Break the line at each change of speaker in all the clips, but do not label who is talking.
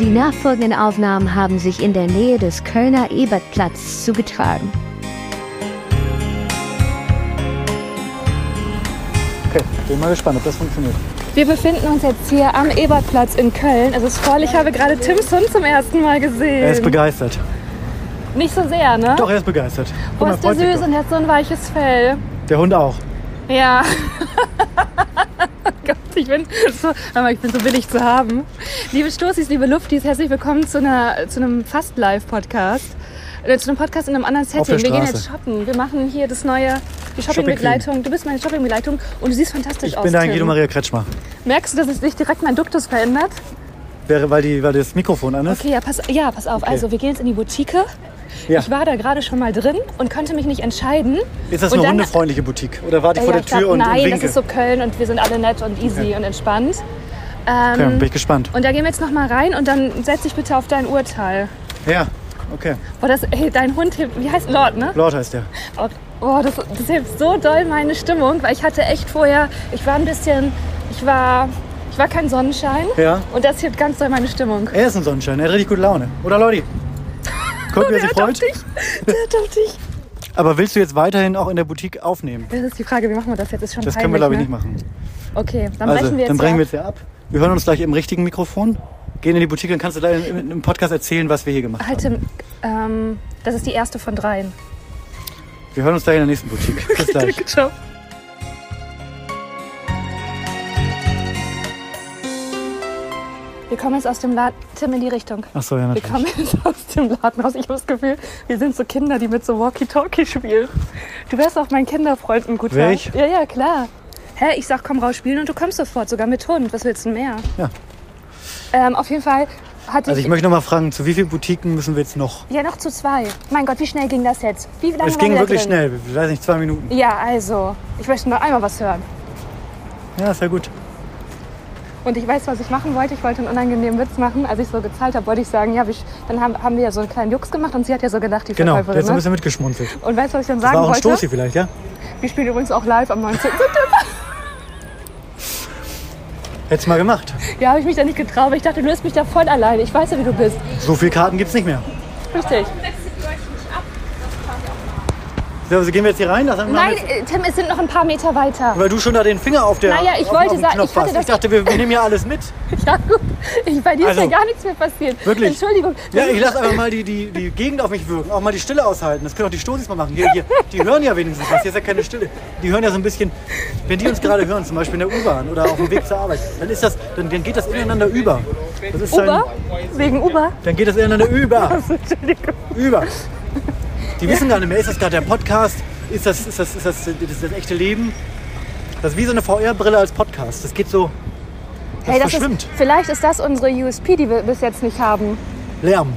Die nachfolgenden Aufnahmen haben sich in der Nähe des Kölner Ebertplatz zugetragen.
Okay, bin mal gespannt, ob das funktioniert.
Wir befinden uns jetzt hier am Ebertplatz in Köln. Es ist voll, ich habe gerade Tims Hund zum ersten Mal gesehen.
Er ist begeistert.
Nicht so sehr, ne?
Doch, er ist begeistert. Guck
Boah,
mal,
ist der
freut sich
süß
doch.
und hat so ein weiches Fell.
Der Hund auch.
Ja. Gott, ich bin so, aber ich bin so billig zu haben. Liebe Stoßis, liebe Luftis, herzlich willkommen zu, einer, zu einem fast Live-Podcast. Äh, Zu einem Podcast in einem anderen
Auf der
Setting. Wir gehen
Straße.
jetzt shoppen. Wir machen hier das neue, die Shopping-Begleitung. du bist meine Shopping-Begleitung und du siehst fantastisch
Ich
aus.
bin da
Tim.
Guido Maria Kretschmer.
Merkst du, dass es sich direkt mein Duktus verändert?
Wäre, weil, die, weil das Mikrofon an ist.
Okay, ja, pass, ja, pass auf. Also, wir gehen jetzt in die Boutique.
Ja.
Ich war da gerade schon mal drin und konnte mich nicht entscheiden.
Ist das
und
eine
dann-
hundefreundliche Boutique? Oder warte ich vor
Ja,
der
ich
Tür
glaub,
und,
nein,
und
das
winke?
ist so Köln und wir sind alle nett und easy und entspannt. Ähm,
okay, bin ich gespannt.
Und da gehen wir jetzt nochmal rein und dann setz dich bitte auf dein Urteil.
Ja, okay.
Boah, das, hey, dein Hund hebt, wie heißt Lord, ne?
Lord heißt der.
Oh, Boah, das, das hebt so doll meine Stimmung, weil ich hatte echt vorher, ich war ein bisschen, ich war, ich war kein Sonnenschein.
Ja.
Und das hebt ganz doll meine Stimmung.
Er ist ein Sonnenschein, er hat richtig gute Laune. Oder Leute? Guck, wer sich
Hört auf
freut.
dich, hört auf dich.
Aber willst du jetzt weiterhin auch in der Boutique aufnehmen?
Das ist die Frage, wie machen wir das jetzt? Ist schon
Das
peinlich,
können wir, glaube ich,
ne?
nicht machen.
Okay, dann
also,
brechen wir jetzt
dann brechen
hier
wir
ab.
jetzt hier ab. Wir hören uns gleich im richtigen Mikrofon, gehen in die Boutique, dann kannst du gleich im, im Podcast erzählen, was wir hier gemacht
Halt, Tim, ähm, das ist die erste von dreien.
haben. Wir hören uns gleich in der nächsten Boutique. Bis gleich.
Ciao. Wir kommen jetzt aus dem Laden, Tim, in die Richtung.
Ach so, ja,
Wir
natürlich.
kommen jetzt aus dem Laden raus. Ich habe das Gefühl, wir sind so Kinder, die mit so Walkie-Talkie spielen. Du wärst auch mein Kinderfreund ein guter.
Wär ich?
Ja, ja, klar. Hä, ich sag, komm raus spielen und du kommst sofort, sogar mit Hund. Was willst du denn mehr?
Ja.
Ähm, auf jeden Fall hatte
Also ich möchte noch mal fragen, zu wie vielen Boutiquen müssen wir jetzt noch?
ja noch zu zwei. Mein Gott, wie schnell ging das jetzt? Wie lange
Es
waren
ging
wir da
wirklich
drin?
schnell, ich weiß nicht, zwei Minuten.
Ja, also, ich möchte noch einmal was hören.
Ja, ist ja gut.
Und ich weiß, was ich machen wollte. Ich wollte einen unangenehmen Witz machen. Als ich so gezahlt habe, wollte ich sagen, ja, wir, sch- dann haben, haben wir ja so einen kleinen Jux gemacht und sie hat ja so gedacht, die
Genau, der hat
Verkäuferin.
so ein
Ne?
bisschen mitgeschmunzelt.
Und weißt du, was ich dann
Das
sagen
war auch ein
wollte?
Stoßi vielleicht, ja?
Wir spielen übrigens auch live am 19.
Hättest mal gemacht.
ja, habe ich mich da nicht getraut. weil Ich dachte, du lässt mich da voll alleine. Ich weiß ja, wie du bist.
So viele Karten gibt's nicht mehr.
Richtig.
So, also gehen wir jetzt hier rein? Das haben wir
Nein,
jetzt-
äh, Tim, es sind noch ein paar Meter weiter.
Weil du schon da den Finger auf der
Naja, ich
auf,
wollte
auf den
sagen,
Knopf
ich hatte
hast.
das-
ich dachte, wir, wir nehmen ja alles mit.
Ja, gut. Ich, bei dir ist
Also,
ja gar nichts mehr passiert.
Wirklich.
Entschuldigung.
Ja, ich lasse einfach mal die, die, die Gegend auf mich wirken. Auch mal die Stille aushalten. Das können auch die Stoßis mal machen. Hier, hier, die hören ja wenigstens was. Hier ist ja keine Stille. Die hören ja so ein bisschen, wenn die uns gerade hören, zum Beispiel in der U-Bahn oder auf dem Weg zur Arbeit, dann, ist das, dann, dann geht das ineinander über. Das ist
Uber?
Dann,
Wegen Uber?
dann geht das ineinander über.
Entschuldigung.
Über. Die wissen gar nicht mehr, ist das gerade der Podcast? Ist das ist das, ist das, das, das echte Leben? Das ist wie so eine VR-Brille als Podcast. Das geht so. Das
Hey, das
verschwimmt.
ist, vielleicht ist das unsere USP, die wir bis jetzt nicht haben.
Lärm.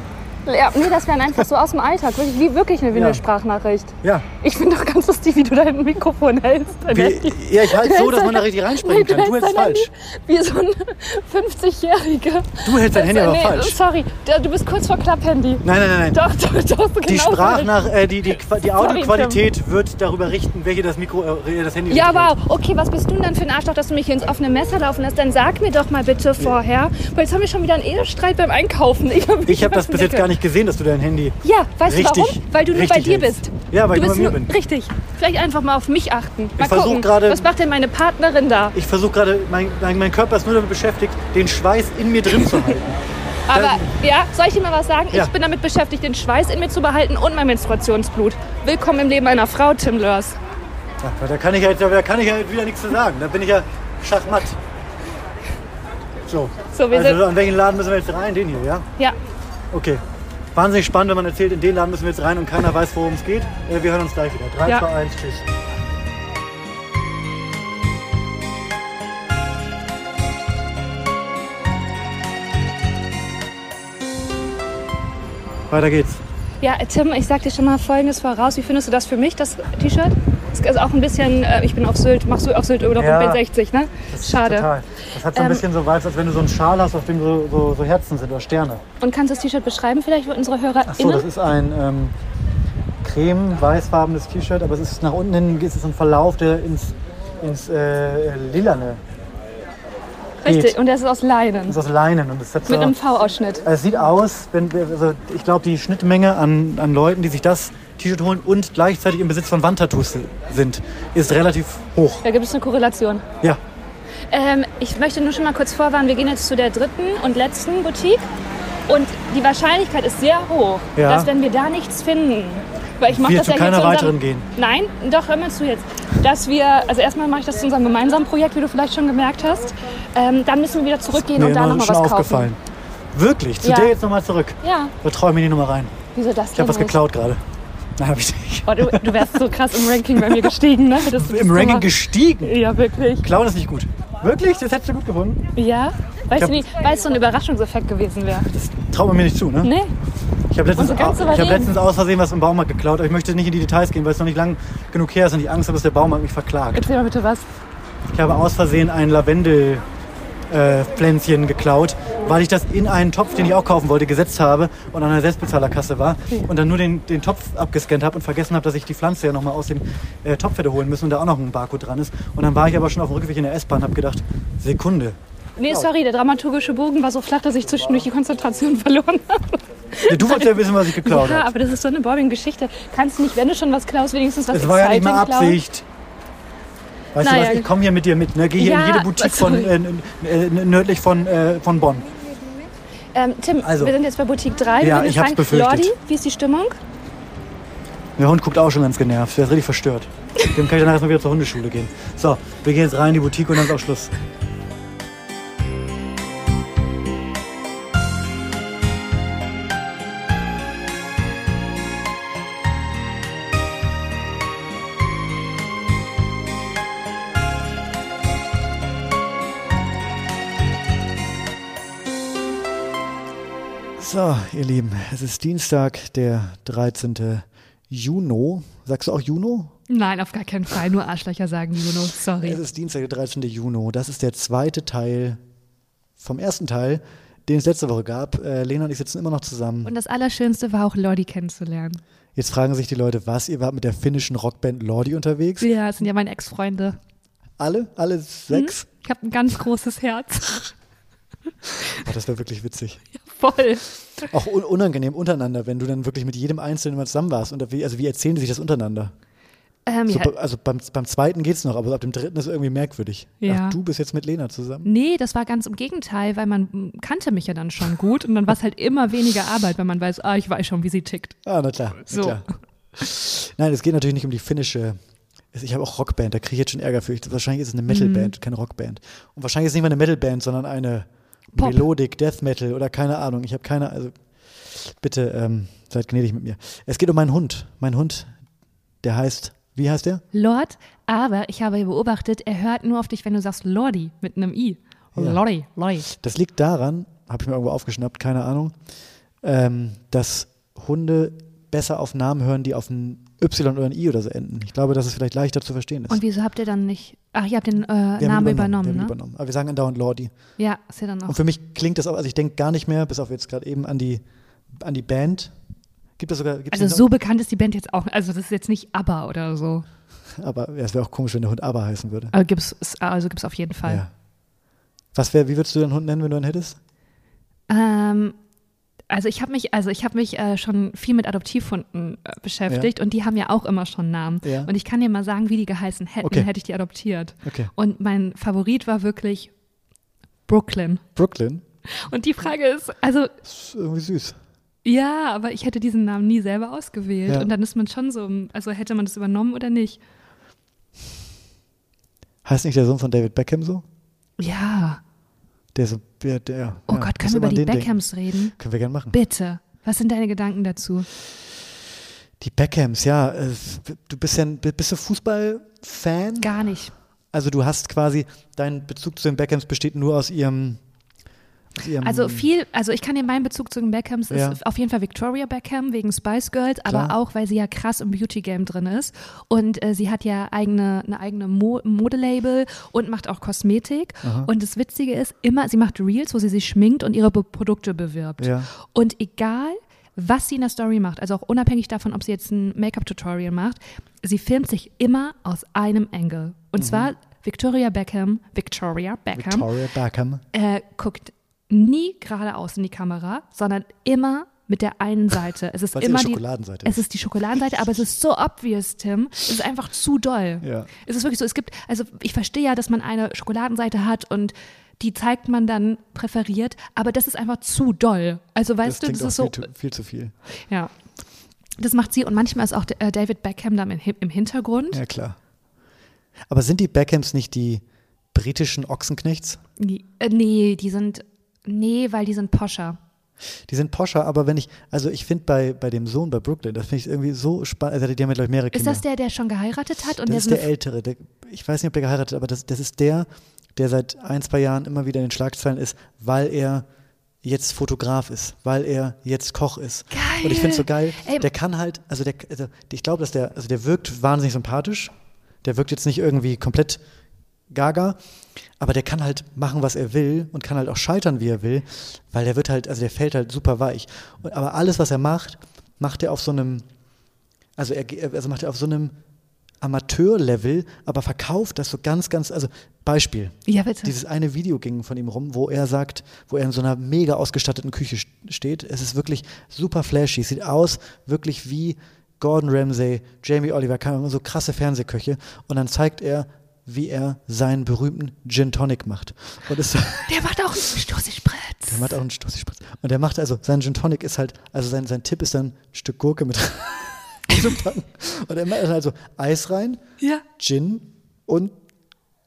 Ja, nee, das wären einfach so aus dem Alltag. Wirklich, wie wirklich eine, wie
Ja.
eine Sprachnachricht.
Ja.
Ich finde doch ganz lustig, wie du dein Mikrofon hältst. Dein
Wie,
Handy.
ja, ich halte
Du
so,
hältst
dass man da
dein-
richtig
Nee,
reinspringen kann. Du hältst
dein
falsch.
Handy Wie so ein 50-Jähriger.
Du hältst dein Handy aber falsch.
Sorry, da- du bist kurz vor Klapphandy.
Nein, nein, nein. nein.
Doch, doch, doch. Genau
Die
falsch.
Sprachnach, äh, die, die, Qua- die
Sorry,
Audioqualität wird darüber richten, welche das Mikro, äh, das Handy.
Ja,
richtig
wow. Okay, was bist du denn dann für ein Arschloch, dass du mich hier ins offene Messer laufen lässt? Dann sag mir doch mal bitte vorher. Weil jetzt haben wir schon wieder einen Ehestreit beim Einkaufen. Ich habe
hält. Ich habe das bis jetzt gar nicht gesehen, dass du dein Handy.
Ja, weißt du
Richtig.
warum? Weil du nur bei
Richtig
dir
hältst.
bist.
Ja, weil
du
ich nur bei mir
bist
bin.
Richtig. Vielleicht einfach mal auf mich achten. Mal
versuch
gucken,
gerade-
was macht denn meine Partnerin da?
Ich versuche gerade, mein, mein, mein Körper ist nur damit beschäftigt, den Schweiß in mir drin zu halten.
Aber ja, soll ich dir mal was sagen?
Ja.
Ich bin damit beschäftigt, den Schweiß in mir zu behalten und mein Menstruationsblut. Willkommen im Leben einer Frau, Tim Lörs.
Ja, weil da kann ich ja, jetzt- da kann ich ja jetzt wieder nichts zu sagen. Da bin ich ja schachmatt. So.
So, wir
Also
sind-
an welchen Laden müssen wir jetzt rein? Den hier, ja?
Ja,
Okay. Wahnsinnig spannend, wenn man erzählt, in den Laden müssen wir jetzt rein und keiner weiß, worum es geht. Äh, Wir hören uns gleich wieder. 3,
Ja.
2, 1, tschüss. Weiter geht's.
ja, äh, Tim, ich sag dir schon mal Folgendes voraus. Wie findest du das für mich, das T-Shirt? Ist also auch ein bisschen, äh, ich bin auf Sylt, machst du auf Sylt oder
Ja.
auf 60, ne? Schade.
Total. Das hat so ein
Ähm.
bisschen so Vibes, als wenn du so einen Schal hast, auf dem so, so, so Herzen sind oder Sterne.
Und kannst du das T-Shirt beschreiben, vielleicht für unsere
So, das
HörerInnen?
ist ein ähm, creme-weißfarbenes T-Shirt, aber es ist nach unten hin, es ist ein Verlauf, der ins, ins äh, Lilane
Richtig,
Geht.
und der ist aus Leinen.
Das ist aus Leinen und das hat so,
Mit einem V-Ausschnitt.
es sieht aus, wenn, also ich glaube, die Schnittmenge an, an Leuten, die sich das T-Shirt holen und gleichzeitig im Besitz von Wandtattoos sind, ist relativ hoch.
Da gibt es eine Korrelation.
Ja,
Ähm, ich möchte nur schon mal kurz vorwarnen, wir gehen jetzt zu der dritten und letzten Boutique. Und die Wahrscheinlichkeit ist sehr hoch,
Ja.
dass wenn wir da nichts finden, weil ich mache
Wir
das
zu
ja hier
keiner
zu unserem,
weiteren gehen.
Nein, doch, hör mal zu jetzt. Dass wir, also erstmal mache ich das zu unserem gemeinsamen Projekt, wie du vielleicht schon gemerkt hast. Ähm, dann müssen wir wieder zurückgehen und da
das
nochmal
schon
was kaufen.
aufgefallen. Wirklich, zu
Ja.
dir jetzt nochmal zurück.
Ja,
Vertrau mir die Nummer rein.
wieso das
Ich habe was
denn nicht?
geklaut gerade. Nein, habe ich nicht.
Oh, du, du wärst so krass im Ranking bei mir gestiegen, ne? Hättest du das
Im Ranking
gemacht.
gestiegen.
Ja, wirklich.
Klauen ist nicht gut. Wirklich? Das hättest du gut gefunden?
Ja? Weißt
hab-
du nicht, weil es so ein Überraschungseffekt gewesen wäre.
Das traut man mir nicht zu, ne?
Nee?
Ich habe letztens,
Und so ganz
au- ich hab
überlegen.
letztens aus Versehen was im Baumarkt geklaut, aber ich möchte nicht in die Details gehen, weil es noch nicht lang genug her ist und ich Angst habe, dass der Baumarkt mich verklagt.
Erzähl mal bitte was.
Ich habe aus Versehen ein Lavendel. Äh, Pflänzchen geklaut, weil ich das in einen Topf, den ich auch kaufen wollte, gesetzt habe und an der Selbstbezahlerkasse war und dann nur den, den Topf abgescannt habe und vergessen habe, dass ich die Pflanze ja nochmal aus dem äh, Topf hätte holen müssen und da auch noch ein Barcode dran ist. Und dann war ich aber schon auf dem Rückweg in der S-Bahn und habe gedacht, Sekunde,
Nee,
Genau.
sorry, der dramaturgische Bogen war so flach, dass ich zwischendurch die Konzentration verloren habe.
Ja, Du wolltest ja wissen, was ich geklaut
Ja,
habe.
aber das ist so eine Bobbing-Geschichte. Kannst du nicht, wenn du schon was klaust, wenigstens was
Es war ja nicht mal
Exciting klauen?
Absicht. Weißt
Naja.
du was, ich komme hier mit dir mit. Ne? Geh hier
Ja,
in jede Boutique von,
sorry.
äh, n- äh, n- nördlich von, äh, von Bonn.
Ähm, Tim,
Also.
wir sind jetzt bei Boutique 3.
Ja,
wir
ich hab's befürchtet.
Lordi, wie ist die Stimmung?
Der Hund guckt auch schon ganz genervt. Der ist richtig verstört. Dem kann ich danach erstmal wieder zur Hundeschule gehen. So, wir gehen jetzt rein in die Boutique und dann ist auch Schluss. So, ihr Lieben, es ist Dienstag, der 13. Juni. Sagst du auch Juni?
Nein, auf gar keinen Fall. Nur Arschlöcher sagen Juno. Sorry.
Es ist Dienstag, der 13. Juni. Das ist der zweite Teil vom ersten Teil, den es letzte Woche gab. Äh, Lena und ich sitzen immer noch zusammen.
Und das Allerschönste war auch Lordi kennenzulernen.
Jetzt fragen sich die Leute, was, ihr wart mit der finnischen Rockband Lordi unterwegs?
Ja, Mhm. das sind ja meine Ex-Freunde. Hm?
Alle? Alle sechs?
Ich habe ein ganz großes Herz.
Oh, das wäre wirklich witzig.
Voll.
Auch un unangenehm untereinander, wenn du dann wirklich mit jedem Einzelnen mal zusammen warst. Und wie, also wie erzählen die sich das untereinander?
Ähm,
So,
ja,
be- Also beim, beim zweiten geht's noch, aber ab dem dritten ist irgendwie merkwürdig.
Ja.
Ach, du bist jetzt mit Lena zusammen.
Nee, das war ganz im Gegenteil, weil man m, kannte mich ja dann schon gut und dann war es halt immer weniger Arbeit, weil man weiß, ah, ich weiß schon, wie sie tickt.
Ah, na klar.
So.
Na klar. Nein, es geht natürlich nicht um die finnische. es- Ich habe auch Rockband, da kriege ich jetzt schon Ärger für. Ich, wahrscheinlich ist es eine
Mhm.
Metalband, keine Rockband. Und wahrscheinlich ist es nicht mal eine Metalband, sondern eine
Pop.
Melodik, Death Metal oder keine Ahnung. Ich habe keine, also bitte ähm, seid gnädig mit mir. Es geht um meinen Hund. Mein Hund, der heißt, wie heißt der?
Lord, aber ich habe beobachtet, er hört nur auf dich, wenn du sagst Lordi mit einem I.
Ja.
Lordi, Lordi.
Das liegt daran, habe ich mir irgendwo aufgeschnappt, keine Ahnung, ähm, dass Hunde besser auf Namen hören, die auf ein Y oder ein I oder so enden. Ich glaube, dass es vielleicht leichter zu verstehen ist.
Und wieso habt ihr dann nicht. Ach, ihr habt den äh,
Wir haben
Namen
ihn
übernommen,
wir haben ihn
ne?
übernommen. Aber wir sagen andauernd Lordi.
Ja, ist ja dann auch.
Und für mich klingt das auch, also ich denke gar nicht mehr, bis auf jetzt gerade eben, an die, an die Band. Gibt es sogar, gibt
Also so bekannt ist die Band jetzt auch. Also das ist jetzt nicht ABBA oder so.
Aber ja, es wäre auch komisch, wenn der Hund Aber heißen würde.
Aber gibt's, ist- also gibt's auf jeden Fall.
Ja. Was wär, wie würdest du den Hund nennen, wenn du einen hättest?
Ähm, also ich habe mich, also ich habe mich äh, schon viel mit Adoptivhunden äh, beschäftigt und die haben ja auch immer schon Namen.
Ja.
Und ich kann dir mal sagen, wie die geheißen hätten,
Okay.
hätte ich die adoptiert.
Okay.
Und mein Favorit war wirklich Brooklyn.
Brooklyn?
Und die Frage ist, also
Ist irgendwie süß.
ja, aber ich hätte diesen Namen nie selber ausgewählt.
Ja.
Und dann ist man schon so, also hätte man das übernommen oder nicht?
Heißt nicht der Sohn von David Beckham so?
Ja.
Der so, der, der
Oh
ja,
Gott,
muss
können wir über
immer
die
an den
Beckhams reden?
Denken. Können wir gerne machen.
Bitte. Was sind deine Gedanken dazu?
Die Beckhams, ja. äh, Du bist ja, ein- bist du Fußballfan?
Gar nicht.
Also du hast quasi, dein Bezug zu den Beckhams besteht nur aus ihrem, aus ihrem
Also viel, also ich kann dir meinen Bezug zu den Beckhams
Ja.
ist auf jeden Fall Victoria Beckham wegen Spice Girls, aber
Klar.
auch weil sie ja krass im Beauty Game drin ist und äh, sie hat ja eigene eine eigene Mo Modelabel und macht auch Kosmetik und das Witzige ist immer, sie macht Reels, wo sie sich schminkt und ihre Be Produkte bewirbt
Ja.
und egal was sie in der Story macht, also auch unabhängig davon, ob sie jetzt ein Make-up-Tutorial macht, sie filmt sich immer aus einem Angle. Und zwar Victoria Beckham, Victoria Beckham,
Mhm. Victoria Beckham.
äh, guckt nie geradeaus in die Kamera, sondern immer mit der einen Seite. Es ist
Weil's ihre
immer die
Schokoladenseite
Es ist die Schokoladenseite, aber es ist so obvious, Tim. Es ist einfach zu doll.
Ja.
Es ist wirklich so, es gibt, also ich verstehe ja, dass man eine Schokoladenseite hat und die zeigt man dann präferiert, aber das ist einfach zu doll. Also
Das
weißt du,
klingt
das
auch
ist so,
viel, zu- viel zu viel.
ja. Das macht sie und manchmal ist auch äh, David Beckham dann im, Hi- im Hintergrund.
Ja, klar. Aber sind die Beckhams nicht die britischen Ochsenknechts?
Nee, äh, nee, die sind, nee, weil die sind poscher.
Die sind poscher, aber wenn ich, also ich finde bei, bei dem Sohn bei Brooklyn, das finde ich irgendwie so spannend. Also die haben ja, glaube ich, mehrere
Ist
Kinder.
das der, der schon geheiratet hat? Und
das ist
so
der
eine
Ältere. Der, ich weiß nicht, ob der geheiratet hat, aber das, das ist der, der seit ein, zwei Jahren immer wieder in den Schlagzeilen ist, weil er jetzt Fotograf ist, weil er jetzt Koch ist. Geil. Und ich finde es so geil,
Ey.
der kann halt, also, der, also ich glaube, dass der, also der wirkt wahnsinnig sympathisch, der wirkt jetzt nicht irgendwie komplett gaga, aber der kann halt machen, was er will und kann halt auch scheitern, wie er will, weil der wird halt, also der fällt halt super weich. Und, aber alles, was er macht, macht er auf so einem, also er ge- also macht er auf so einem Amateurlevel, aber verkauft das so ganz, ganz, also Beispiel.
Ja, bitte.
Dieses eine Video ging von ihm rum, wo er sagt, wo er in so einer mega ausgestatteten Küche st- steht. Es ist wirklich super flashy. Es sieht aus wirklich wie Gordon Ramsay, Jamie Oliver, keine Ahnung, so krasse Fernsehköche. Und dann zeigt er, wie er seinen berühmten Gin Tonic macht. Und es
der macht auch einen Stoßespritz.
der macht auch einen Stussi-Spritz. Und der macht also, sein Gin Tonic ist halt, also sein, sein Tipp ist dann ein Stück Gurke mit reinzupacken. Und er macht also Eis rein,
Ja.
Gin und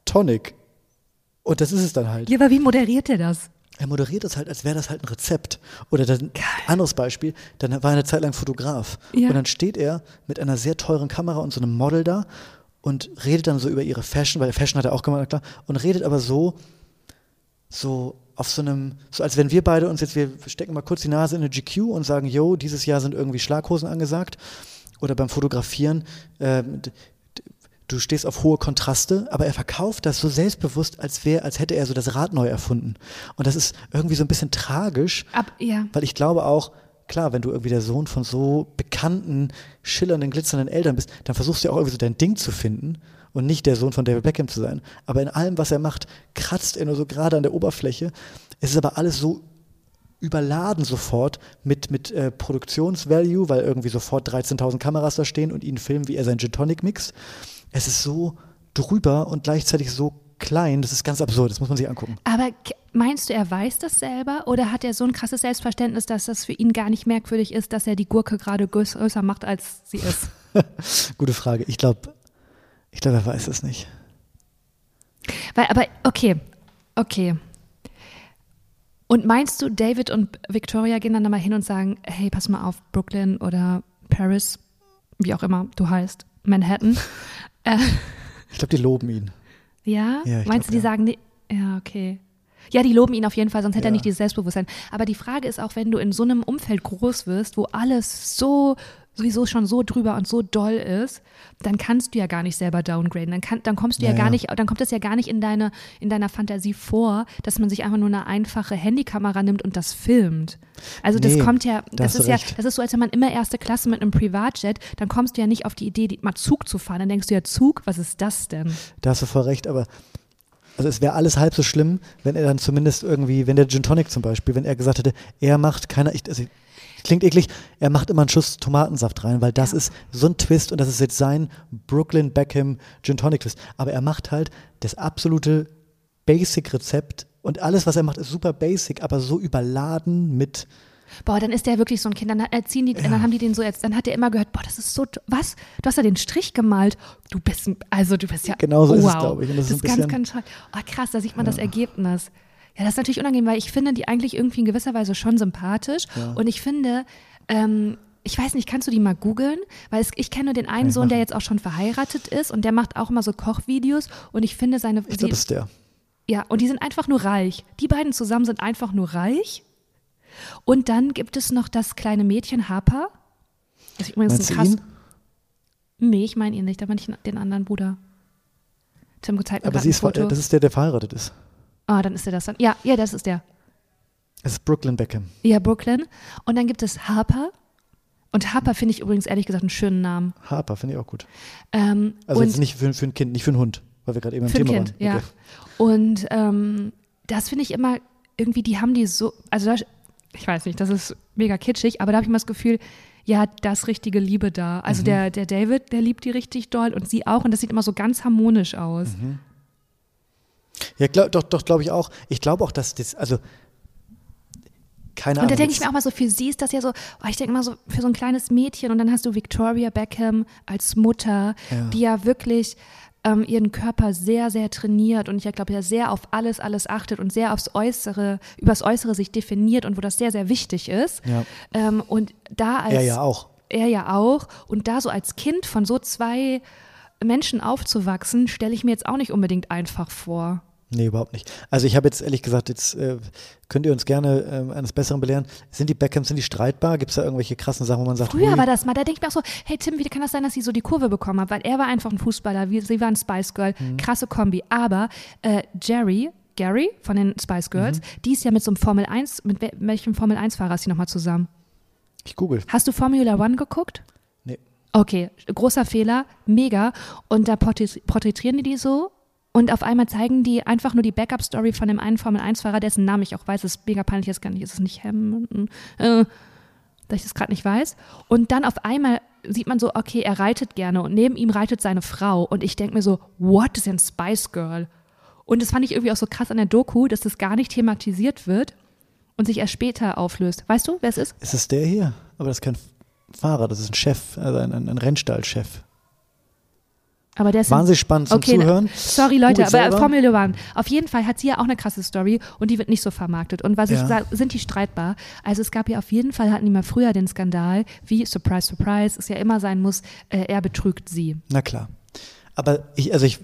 Tonic. Und das ist es dann halt.
Ja, aber wie moderiert er das?
Er moderiert das halt, als wäre das halt ein Rezept. Oder dann, anderes Beispiel, dann war er eine Zeit lang Fotograf.
Ja.
Und dann steht er mit einer sehr teuren Kamera und so einem Model da und redet dann so über ihre Fashion, weil Fashion hat er auch gemacht, na klar, und redet aber so, so auf so einem, so als wenn wir beide uns jetzt, wir stecken mal kurz die Nase in eine GQ und sagen, yo, dieses Jahr sind irgendwie Schlaghosen angesagt. Oder beim Fotografieren, ähm, d- d- du stehst auf hohe Kontraste, aber er verkauft das so selbstbewusst, als wäre, als hätte er so das Rad neu erfunden. Und das ist irgendwie so ein bisschen tragisch,
Ab, ja.
weil ich glaube auch, klar, wenn du irgendwie der Sohn von so bekannten, schillernden, glitzernden Eltern bist, dann versuchst du ja auch irgendwie so dein Ding zu finden und nicht der Sohn von David Beckham zu sein. Aber in allem, was er macht, kratzt er nur so gerade an der Oberfläche. Es ist aber alles so überladen sofort mit, mit äh, Produktionsvalue, weil irgendwie sofort 13.000 Kameras da stehen und ihn filmen, wie er sein Gin Tonic mixt. Es ist so drüber und gleichzeitig so klein, das ist ganz absurd, das muss man sich angucken.
Aber k- meinst du, er weiß das selber oder hat er so ein krasses Selbstverständnis, dass das für ihn gar nicht merkwürdig ist, dass er die Gurke gerade größ- größer macht, als sie ist?
Gute Frage. Ich glaube, ich glaube, er weiß es nicht.
Weil, aber okay, okay. Und meinst du, David und Victoria gehen dann da mal hin und sagen, hey, pass mal auf, Brooklyn oder Paris, wie auch immer du heißt, Manhattan?
Ich glaube, die loben ihn.
Ja?
Ja, ich glaub,
Meinst du, die
ja.
sagen, nee? ja, okay. Ja, die loben ihn auf jeden Fall, sonst hätte
Ja.
er nicht dieses Selbstbewusstsein. Aber die Frage ist auch, wenn du in so einem Umfeld groß wirst, wo alles so sowieso schon so drüber und so doll ist, dann kannst du ja gar nicht selber downgraden. Dann, kann, dann kommst du ja
Naja.
gar nicht, dann kommt das ja gar nicht in deine, in deiner Fantasie vor, dass man sich einfach nur eine einfache Handykamera nimmt und das filmt. Also das
Nee,
kommt ja,
da
das
hast du
ist ja,
recht.
das ist so, als wenn man immer erste Klasse mit einem Privatjet, dann kommst du ja nicht auf die Idee, die, mal Zug zu fahren. Dann denkst du ja, Zug, was ist das denn?
Da hast du voll recht, aber also es wäre alles halb so schlimm, wenn er dann zumindest irgendwie, wenn der Gin Tonic zum Beispiel, wenn er gesagt hätte, er macht keiner, ich, also, klingt eklig, er macht immer einen Schuss Tomatensaft rein, weil das ist so ein Twist und das ist jetzt sein Brooklyn Beckham Gin Tonic Twist. Aber er macht halt das absolute Basic Rezept und alles, was er macht, ist super basic, aber so überladen mit
Boah, dann ist der wirklich so ein Kind. Dann erziehen die, dann haben die den so jetzt, dann hat er immer gehört, boah, das ist so, to- was? Du hast ja den Strich gemalt. Du bist, ein- also du bist ja,
Genau so
wow.
ist es, glaube ich. Und das ist
das ist
ein
ganz,
bisschen-
ganz toll. Oh, krass, da sieht man das Ergebnis. Ja, das ist natürlich unangenehm, weil ich finde die eigentlich irgendwie in gewisser Weise schon sympathisch. Und ich finde, ähm, ich weiß nicht, kannst du die mal googeln? Weil es, ich kenne nur den einen Sohn, der jetzt auch schon verheiratet ist und der macht auch immer so Kochvideos und ich finde seine,
ich
sie-
glaube, das ist der.
ja, und die sind einfach nur reich. Die beiden zusammen sind einfach nur reich. Und dann gibt es noch das kleine Mädchen Harper. Das ist übrigens
Meinst
ein
du
krass.
ihn?
Nee, ich meine ihn nicht, da meine ich den anderen Bruder. Tim zeigt mir
Aber
gerade
sie
ein
ist, äh,
Foto.
das ist der, der verheiratet ist.
Ah, dann ist er das dann. Ja, ja, das ist der.
Es ist Brooklyn Beckham.
Ja, Brooklyn. Und dann gibt es Harper. Und Harper finde ich übrigens ehrlich gesagt einen schönen Namen.
Harper, finde ich auch gut.
Ähm,
Also
und
jetzt nicht für, für ein Kind, nicht für einen Hund. Weil wir gerade eben im
Für ein
Thema
Kind,
waren.
ja.
Okay.
Und ähm, das finde ich immer, irgendwie, die haben die so, also da, ich weiß nicht, das ist mega kitschig, aber da habe ich immer das Gefühl, ja, das richtige Liebe da.
Mhm.
Also der, der David, der liebt die richtig doll und sie auch und das sieht immer so ganz harmonisch
Mhm.
aus.
Ja, glaub, doch, doch, glaube ich auch. Ich glaube auch, dass das, also, keine Ahnung.
Und da denke ich
jetzt-
mir auch mal so, für sie ist das ja so, oh, ich denke mal so, für so ein kleines Mädchen und dann hast du Victoria Beckham als Mutter,
Ja.
die ja wirklich ähm, ihren Körper sehr, sehr trainiert und ich glaube ja sehr auf alles, alles achtet und sehr aufs Äußere, übers Äußere sich definiert und wo das sehr, sehr wichtig ist.
Ja.
Ähm, und da als
Er ja auch.
er ja auch. Und da so als Kind von so zwei Menschen aufzuwachsen, stelle ich mir jetzt auch nicht unbedingt einfach vor.
Nee, überhaupt nicht. Also ich habe jetzt ehrlich gesagt, jetzt äh, könnt ihr uns gerne ähm, eines Besseren belehren. Sind die Beckhams, sind die streitbar? Gibt es da irgendwelche krassen Sachen, wo man sagt,
Früher
hui?
war das mal, da denke ich mir auch so, hey Tim, wie kann das sein, dass sie so die Kurve bekommen hat? Weil er war einfach ein Fußballer, wir- sie war ein Spice Girl, krasse Kombi. Aber äh, Jerry, Gary von den Spice Girls, die ist ja mit so einem Formel 1, mit wel- welchem Formel 1-Fahrer ist sie nochmal zusammen?
ich google.
Hast du Formula One geguckt?
Nee.
Okay, großer Fehler, mega. Und da porträt- porträtieren die die so und auf einmal zeigen die einfach nur die Backup-Story von dem einen Formel-1-Fahrer, dessen Namen ich auch weiß, ist mega peinlich, jetzt gar nicht, ist es nicht Hamilton, äh, dass ich das gerade nicht weiß. Und dann auf einmal sieht man so, okay, er reitet gerne und neben ihm reitet seine Frau und ich denke mir so, what is ein Spice Girl? Und das fand ich irgendwie auch so krass an der Doku, dass das gar nicht thematisiert wird und sich erst später auflöst. Weißt du, wer es ist?
Ist es der hier? Aber das ist kein Fahrer, das ist ein Chef, also ein, ein, ein Rennstallchef.
Aber der ist in-
Wahnsinnig spannend zum
Okay, na-
Zuhören.
Sorry Leute,
Googelt
aber
selber.
Formula One. Auf jeden Fall hat sie ja auch eine krasse Story und die wird nicht so vermarktet. Und was ich
Ja.
sag, sind die streitbar? Also es gab ja auf jeden Fall, hatten die mal früher den Skandal, wie Surprise, Surprise, es ja immer sein muss, äh, er betrügt sie.
Na klar. Aber ich, also ich,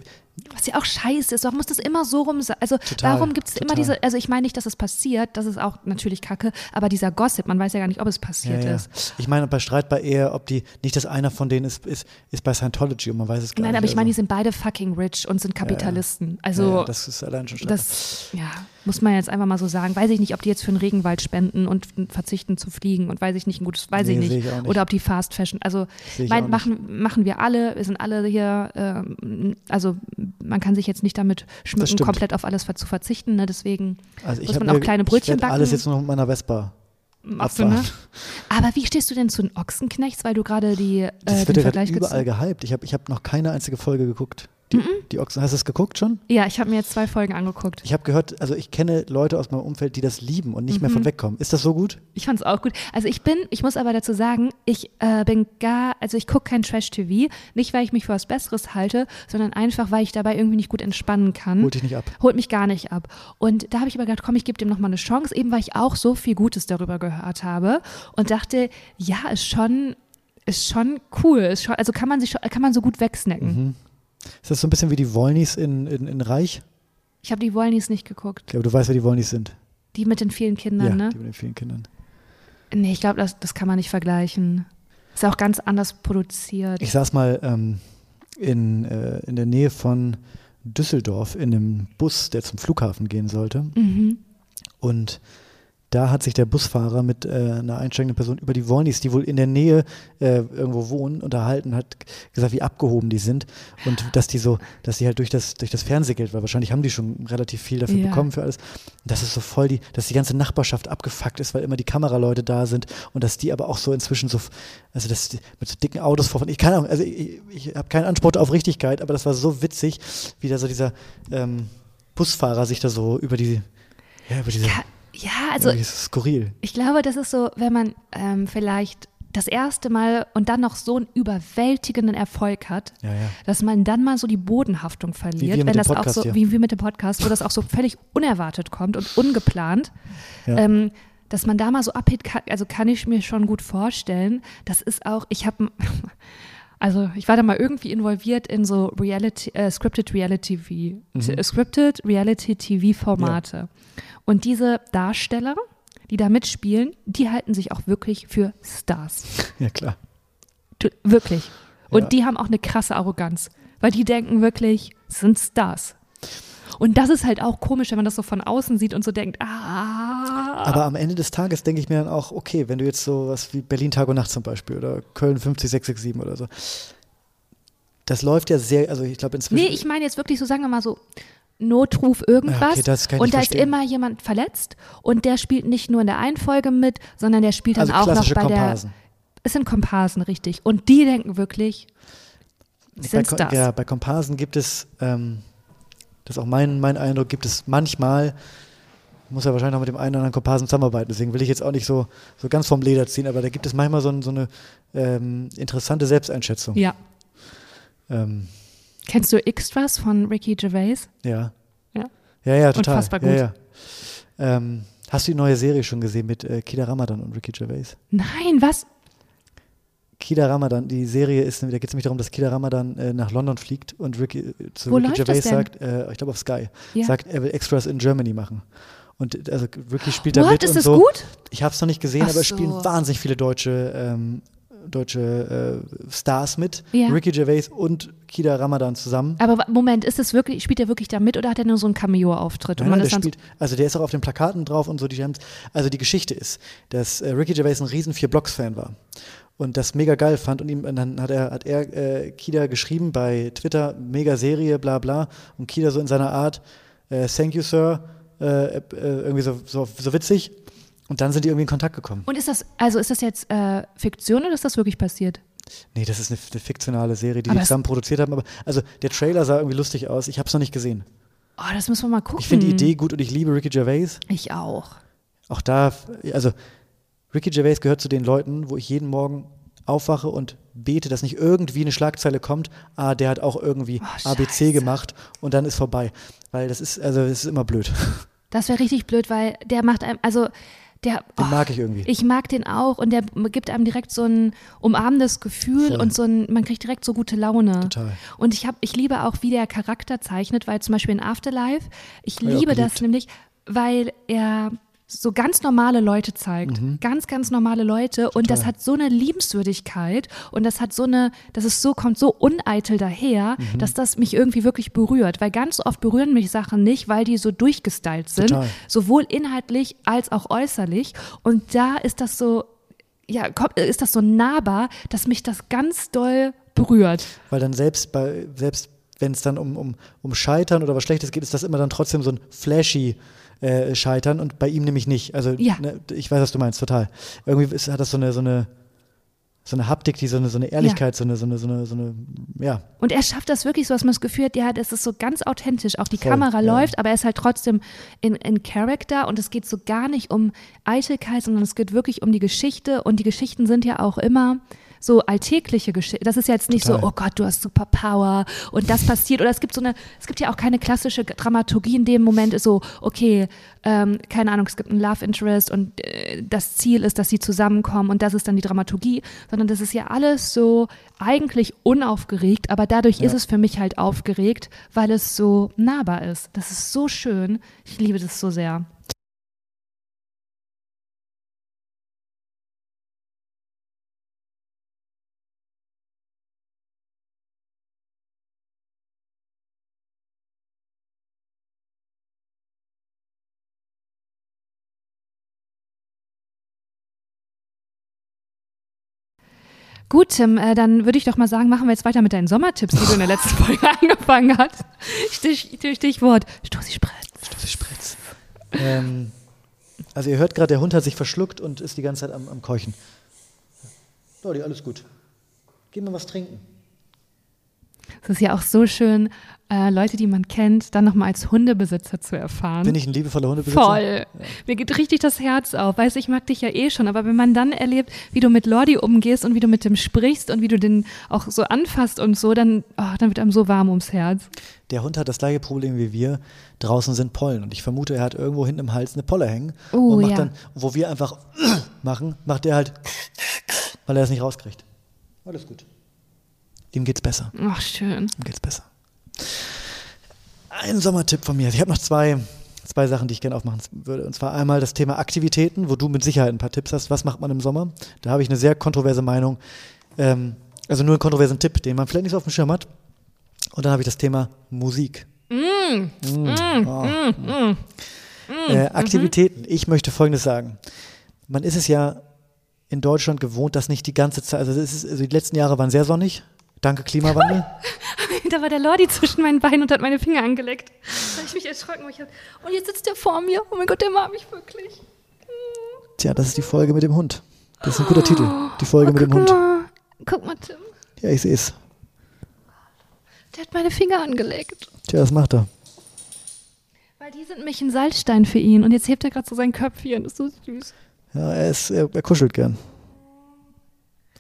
Was ja auch scheiße ist, warum muss das immer so rum sein? Also
Total,
warum gibt es immer
total.
diese, also ich meine nicht, dass es passiert, das ist auch natürlich kacke, aber dieser Gossip, man weiß ja gar nicht, ob es
ja,
passiert
ja.
ist.
ich meine, bei Streit bei eher, ob die, nicht, dass einer von denen ist, ist, ist bei Scientology und man weiß es gar
Nein,
nicht.
aber ich meine, die
also,
sind beide fucking rich und sind Kapitalisten. Also
ja, ja, das ist allein schon streitbar.
Das ja, muss man jetzt einfach mal so sagen. Weiß ich nicht, ob die jetzt für den Regenwald spenden und verzichten zu fliegen und weiß ich nicht, ein gutes, weiß
Nee,
ich,
sehe
nicht.
ich auch nicht.
Oder ob die Fast Fashion, also
Sehe ich auch
mein,
nicht.
machen, machen wir alle, wir sind alle hier, ähm, also man kann sich jetzt nicht damit schmücken,
stimmt.
komplett auf alles ver- zu verzichten, ne? deswegen
also ich
muss
hab
man auch
mir-
kleine Brötchen
ich werd alles
backen.
jetzt noch mit meiner Vespa
machst du, ne?
abfahren.
Aber wie stehst du denn zu den Ochsenknechts, weil du gerade die, äh,
Das
den
wird ja
Vergleich
gerade überall
gezogen-
gehypt. Ich habe ich hab noch keine einzige Folge geguckt. Die,
Mhm.
die Ochsen, hast du es geguckt schon?
Ja, ich habe mir jetzt zwei Folgen angeguckt.
Ich habe gehört, also ich kenne Leute aus meinem Umfeld, die das lieben und
Mhm.
nicht mehr von wegkommen. Ist das so gut?
Ich fand's auch gut. Also ich bin, ich muss aber dazu sagen, ich äh, bin gar, also ich gucke kein Trash-TV, nicht weil ich mich für was Besseres halte, sondern einfach, weil ich dabei irgendwie nicht gut entspannen kann.
Holt dich nicht ab.
Holt mich gar nicht ab. Und da habe ich aber gedacht, komm, ich gebe dem nochmal eine Chance, eben weil ich auch so viel Gutes darüber gehört habe und dachte, ja, ist schon, ist schon cool. Ist schon, also kann man sich schon, kann man so gut wegsnacken.
Mhm. Ist das so ein bisschen wie die Wollnis in, in, in Reich?
Ich habe die Wollnies nicht geguckt.
Ich glaube, du weißt, wer die Wollnis sind.
Die mit den vielen
ja,
Kindern, ne?
die mit den vielen Kindern.
Nee, ich glaube, das, das kann man nicht vergleichen. Ist auch ganz anders produziert.
Ich saß mal ähm, in, äh, in der Nähe von Düsseldorf in einem Bus, der zum Flughafen gehen sollte. Und da hat sich der Busfahrer mit äh, einer einsteigenden Person über die Wollnis, die wohl in der Nähe äh, irgendwo wohnen, unterhalten, hat g- gesagt, wie abgehoben die sind und dass die so, dass die halt durch das, durch das Fernsehgeld, weil wahrscheinlich haben die schon relativ viel dafür
Ja.
bekommen für alles, dass es so voll die, dass die ganze Nachbarschaft abgefuckt ist, weil immer die Kameraleute da sind und dass die aber auch so inzwischen so, f- also dass die mit so dicken Autos vorfahren. Ich keine Ahnung, also ich, ich habe keinen Anspruch auf Richtigkeit, aber das war so witzig, wie da so dieser ähm, Busfahrer sich da so über die, ja, über diese
Ja, ja, also
irgendwie ist es skurril.
ich glaube, das ist so, wenn man ähm, vielleicht das erste Mal und dann noch so einen überwältigenden Erfolg hat,
Ja, ja.
dass man dann mal so die Bodenhaftung verliert,
wir mit
wenn
dem
das
Podcast
auch so,
hier.
wie wir mit dem Podcast, wo das auch so völlig unerwartet kommt und ungeplant,
Ja.
ähm, dass man da mal so abhebt, kann, also kann ich mir schon gut vorstellen. Das ist auch, ich habe, also ich war da mal irgendwie involviert in so Reality, äh, scripted Reality TV,
Mhm.
scripted Reality TV Formate. Und diese Darsteller, die da mitspielen, die halten sich auch wirklich für Stars.
ja, klar.
Du- Wirklich. Und
Ja.
die haben auch eine krasse Arroganz, weil die denken wirklich, es sind Stars. Und das ist halt auch komisch, wenn man das so von außen sieht und so denkt, ah.
Aber am Ende des Tages denke ich mir dann auch, okay, wenn du jetzt so was wie Berlin Tag und Nacht zum Beispiel oder Köln 50667 oder so, Das läuft ja sehr, also ich glaube inzwischen.
Nee, ich meine jetzt wirklich so, sagen wir mal so, Notruf irgendwas.
Okay, das kann ich
und da ist
verstehen.
immer jemand verletzt und der spielt nicht nur in der einen Folge mit, sondern der spielt dann
Also
auch noch
klassische
bei
Komparsen.
der. Es sind Komparsen, richtig. Und die denken wirklich, sind's
bei, Ko-
das?
Ja, bei Komparsen gibt es, ähm, das ist auch mein, mein Eindruck, gibt es manchmal, muss ja wahrscheinlich noch mit dem einen oder anderen Komparsen zusammenarbeiten, deswegen will ich jetzt auch nicht so, so ganz vom Leder ziehen, aber da gibt es manchmal so, ein, so eine ähm, interessante Selbsteinschätzung.
Ja.
Ähm,
Kennst du Extras von Ricky Gervais?
ja.
Ja.
ja, ja, total.
Unfassbar gut.
Ja, ja. Ähm, hast du die neue Serie schon gesehen mit äh, Kida Ramadan und Ricky Gervais?
Nein, was?
Kida Ramadan, die Serie ist, da geht es nämlich darum, dass Kida Ramadan äh, nach London fliegt und Ricky, äh, zu
Wo
Ricky
läuft das
Gervais
denn?
sagt, äh, ich glaube auf Sky,
Ja.
sagt, er will Extras in Germany machen. Und äh, also Ricky spielt da
What?
mit
Ist
und
das
so.
gut?
Ich habe es noch nicht gesehen,
Ach
aber es
so.
spielen wahnsinnig viele deutsche, ähm, deutsche äh, Stars mit.
Ja.
Ricky Gervais und Kida Ramadan zusammen.
Aber wa- Moment, ist das wirklich, spielt er wirklich da mit oder hat er nur so einen Cameo-Auftritt? Und
Nein,
man
nein, der
ist dann so-
spielt, also der ist auch auf den Plakaten drauf und so. Die haben's- also die Geschichte ist, dass äh, Ricky Gervais ein riesen vier Blocks Fan war und das mega geil fand und ihm und dann hat er hat er äh, Kida geschrieben bei Twitter mega Serie bla bla und Kida so in seiner Art äh, Thank you sir äh, äh, irgendwie so, so so witzig und dann sind die irgendwie in Kontakt gekommen.
und ist das, also ist das jetzt äh, Fiktion oder ist das wirklich passiert?
Nee, das ist eine, eine fiktionale Serie, die
Aber
die
es-
zusammen produziert haben, aber also der Trailer sah irgendwie lustig aus. Ich habe es noch nicht gesehen.
Oh, das müssen wir mal gucken.
Ich finde die Idee gut und ich liebe Ricky Gervais.
Ich auch.
auch da, also Ricky Gervais gehört zu den Leuten, wo ich jeden Morgen aufwache und bete, dass nicht irgendwie eine Schlagzeile kommt, ah, der hat auch irgendwie
Oh,
ABC
Scheiße.
gemacht und dann ist vorbei. Weil das ist, also das ist immer blöd.
Das wäre richtig blöd, weil der macht einem, also der. oh,
Den mag ich irgendwie.
Ich mag den auch und der gibt einem direkt so ein umarmendes Gefühl
Voll.
und so ein, man kriegt direkt so gute Laune.
Total.
Und ich habe, ich liebe auch, wie der Charakter zeichnet, weil zum Beispiel in Afterlife, ich
ich auch
liebe das
geliebt.
nämlich, weil er so ganz normale Leute zeigt. Ganz, ganz normale Leute. Und das hat so eine Liebenswürdigkeit und das hat so eine, das ist so, kommt so uneitel daher, dass das mich irgendwie wirklich berührt. Weil ganz oft berühren mich Sachen nicht, weil die so durchgestylt sind,
Total.
sowohl inhaltlich als auch äußerlich. Und da ist das so, ja, kommt- ist das so nahbar, dass mich das ganz doll berührt.
Weil dann selbst bei, selbst wenn es dann um, um, um Scheitern oder was Schlechtes geht, ist das immer dann trotzdem so ein flashy äh, Scheitern und bei ihm nämlich nicht. Also
Ja.
ne, ich weiß, was du meinst, total. Irgendwie ist, hat das so eine, so eine, so eine Haptik, die so eine, so eine Ehrlichkeit, so eine, so eine, so eine, so eine, ja,
Und er schafft das wirklich so, dass man das Gefühl hat, ja, das ist so ganz authentisch. Auch die
Voll,
Kamera
ja.
läuft, aber er ist halt trotzdem in, in Character und es geht so gar nicht um Eitelkeit, sondern es geht wirklich um die Geschichte und die Geschichten sind ja auch immer so alltägliche Geschichten. Das ist ja jetzt nicht so,
Total.
oh Gott, du hast Superpower und das passiert. Oder es gibt so eine, es gibt ja auch keine klassische Dramaturgie in dem Moment, ist so, okay, ähm, keine Ahnung, es gibt ein Love Interest und äh, das Ziel ist, dass sie zusammenkommen und das ist dann die Dramaturgie, sondern das ist ja alles so eigentlich unaufgeregt, aber dadurch ist es für mich halt aufgeregt, weil es so nahbar ist. Das ist so schön. Ich liebe das so sehr. Gut, Tim, äh, dann würde ich doch mal sagen, machen wir jetzt weiter mit deinen Sommertipps, die du in der letzten Folge angefangen hast. Stich, Stichwort Stoßi Spritz.
Spritz. ähm, also ihr hört gerade, der Hund hat sich verschluckt und ist die ganze Zeit am, am Keuchen. Lolli, alles gut. Gib mir was trinken.
Es ist ja auch so schön, äh, Leute, die man kennt, dann nochmal als Hundebesitzer zu erfahren.
Bin ich ein liebevoller Hundebesitzer?
Voll. Mir geht richtig das Herz auf. Weißt du, ich mag dich ja eh schon, aber wenn man dann erlebt, wie du mit Lordi umgehst und wie du mit dem sprichst und wie du den auch so anfasst und so, dann, oh, dann wird einem so warm ums Herz.
Der Hund hat das gleiche Problem wie wir. Draußen sind Pollen und ich vermute, er hat irgendwo hinten im Hals eine Polle hängen.
Oh,
und macht
ja.
dann, wo wir einfach machen, macht er halt, weil er es nicht rauskriegt. Alles gut. Ihm geht's besser.
Ach, schön.
Ihm geht's besser. Ein Sommertipp von mir. Ich habe noch zwei, zwei Sachen, die ich gerne aufmachen würde. Und zwar einmal das Thema Aktivitäten, wo du mit Sicherheit ein paar Tipps hast. Was macht man im Sommer? Da habe ich eine sehr kontroverse Meinung. Ähm, also nur einen kontroversen Tipp, den man vielleicht nicht so auf dem Schirm hat. Und dann habe ich das Thema Musik. Mm. Mm. Oh. Äh, Aktivitäten. Ich möchte Folgendes sagen. Man ist es ja in Deutschland gewohnt, dass nicht die ganze Zeit, also, es ist, also die letzten Jahre waren sehr sonnig, Danke, Klimawandel.
Da war der Lordi zwischen meinen Beinen und hat meine Finger angeleckt. Da habe ich mich erschrocken. weil Ich hab, und jetzt sitzt er vor mir. Oh mein Gott, der mag mich wirklich.
Tja, das ist die Folge mit dem Hund. Das ist ein guter Titel. Die Folge mit dem Hund.
Mal. Ah, Guck mal, Tim.
Ja, ich sehe es.
Der hat meine Finger angeleckt.
Tja, das macht er.
Weil die sind mich ein Salzstein für ihn. Und jetzt hebt er gerade so sein Köpfchen. Das ist so süß.
Ja, er, ist, er, er kuschelt gern.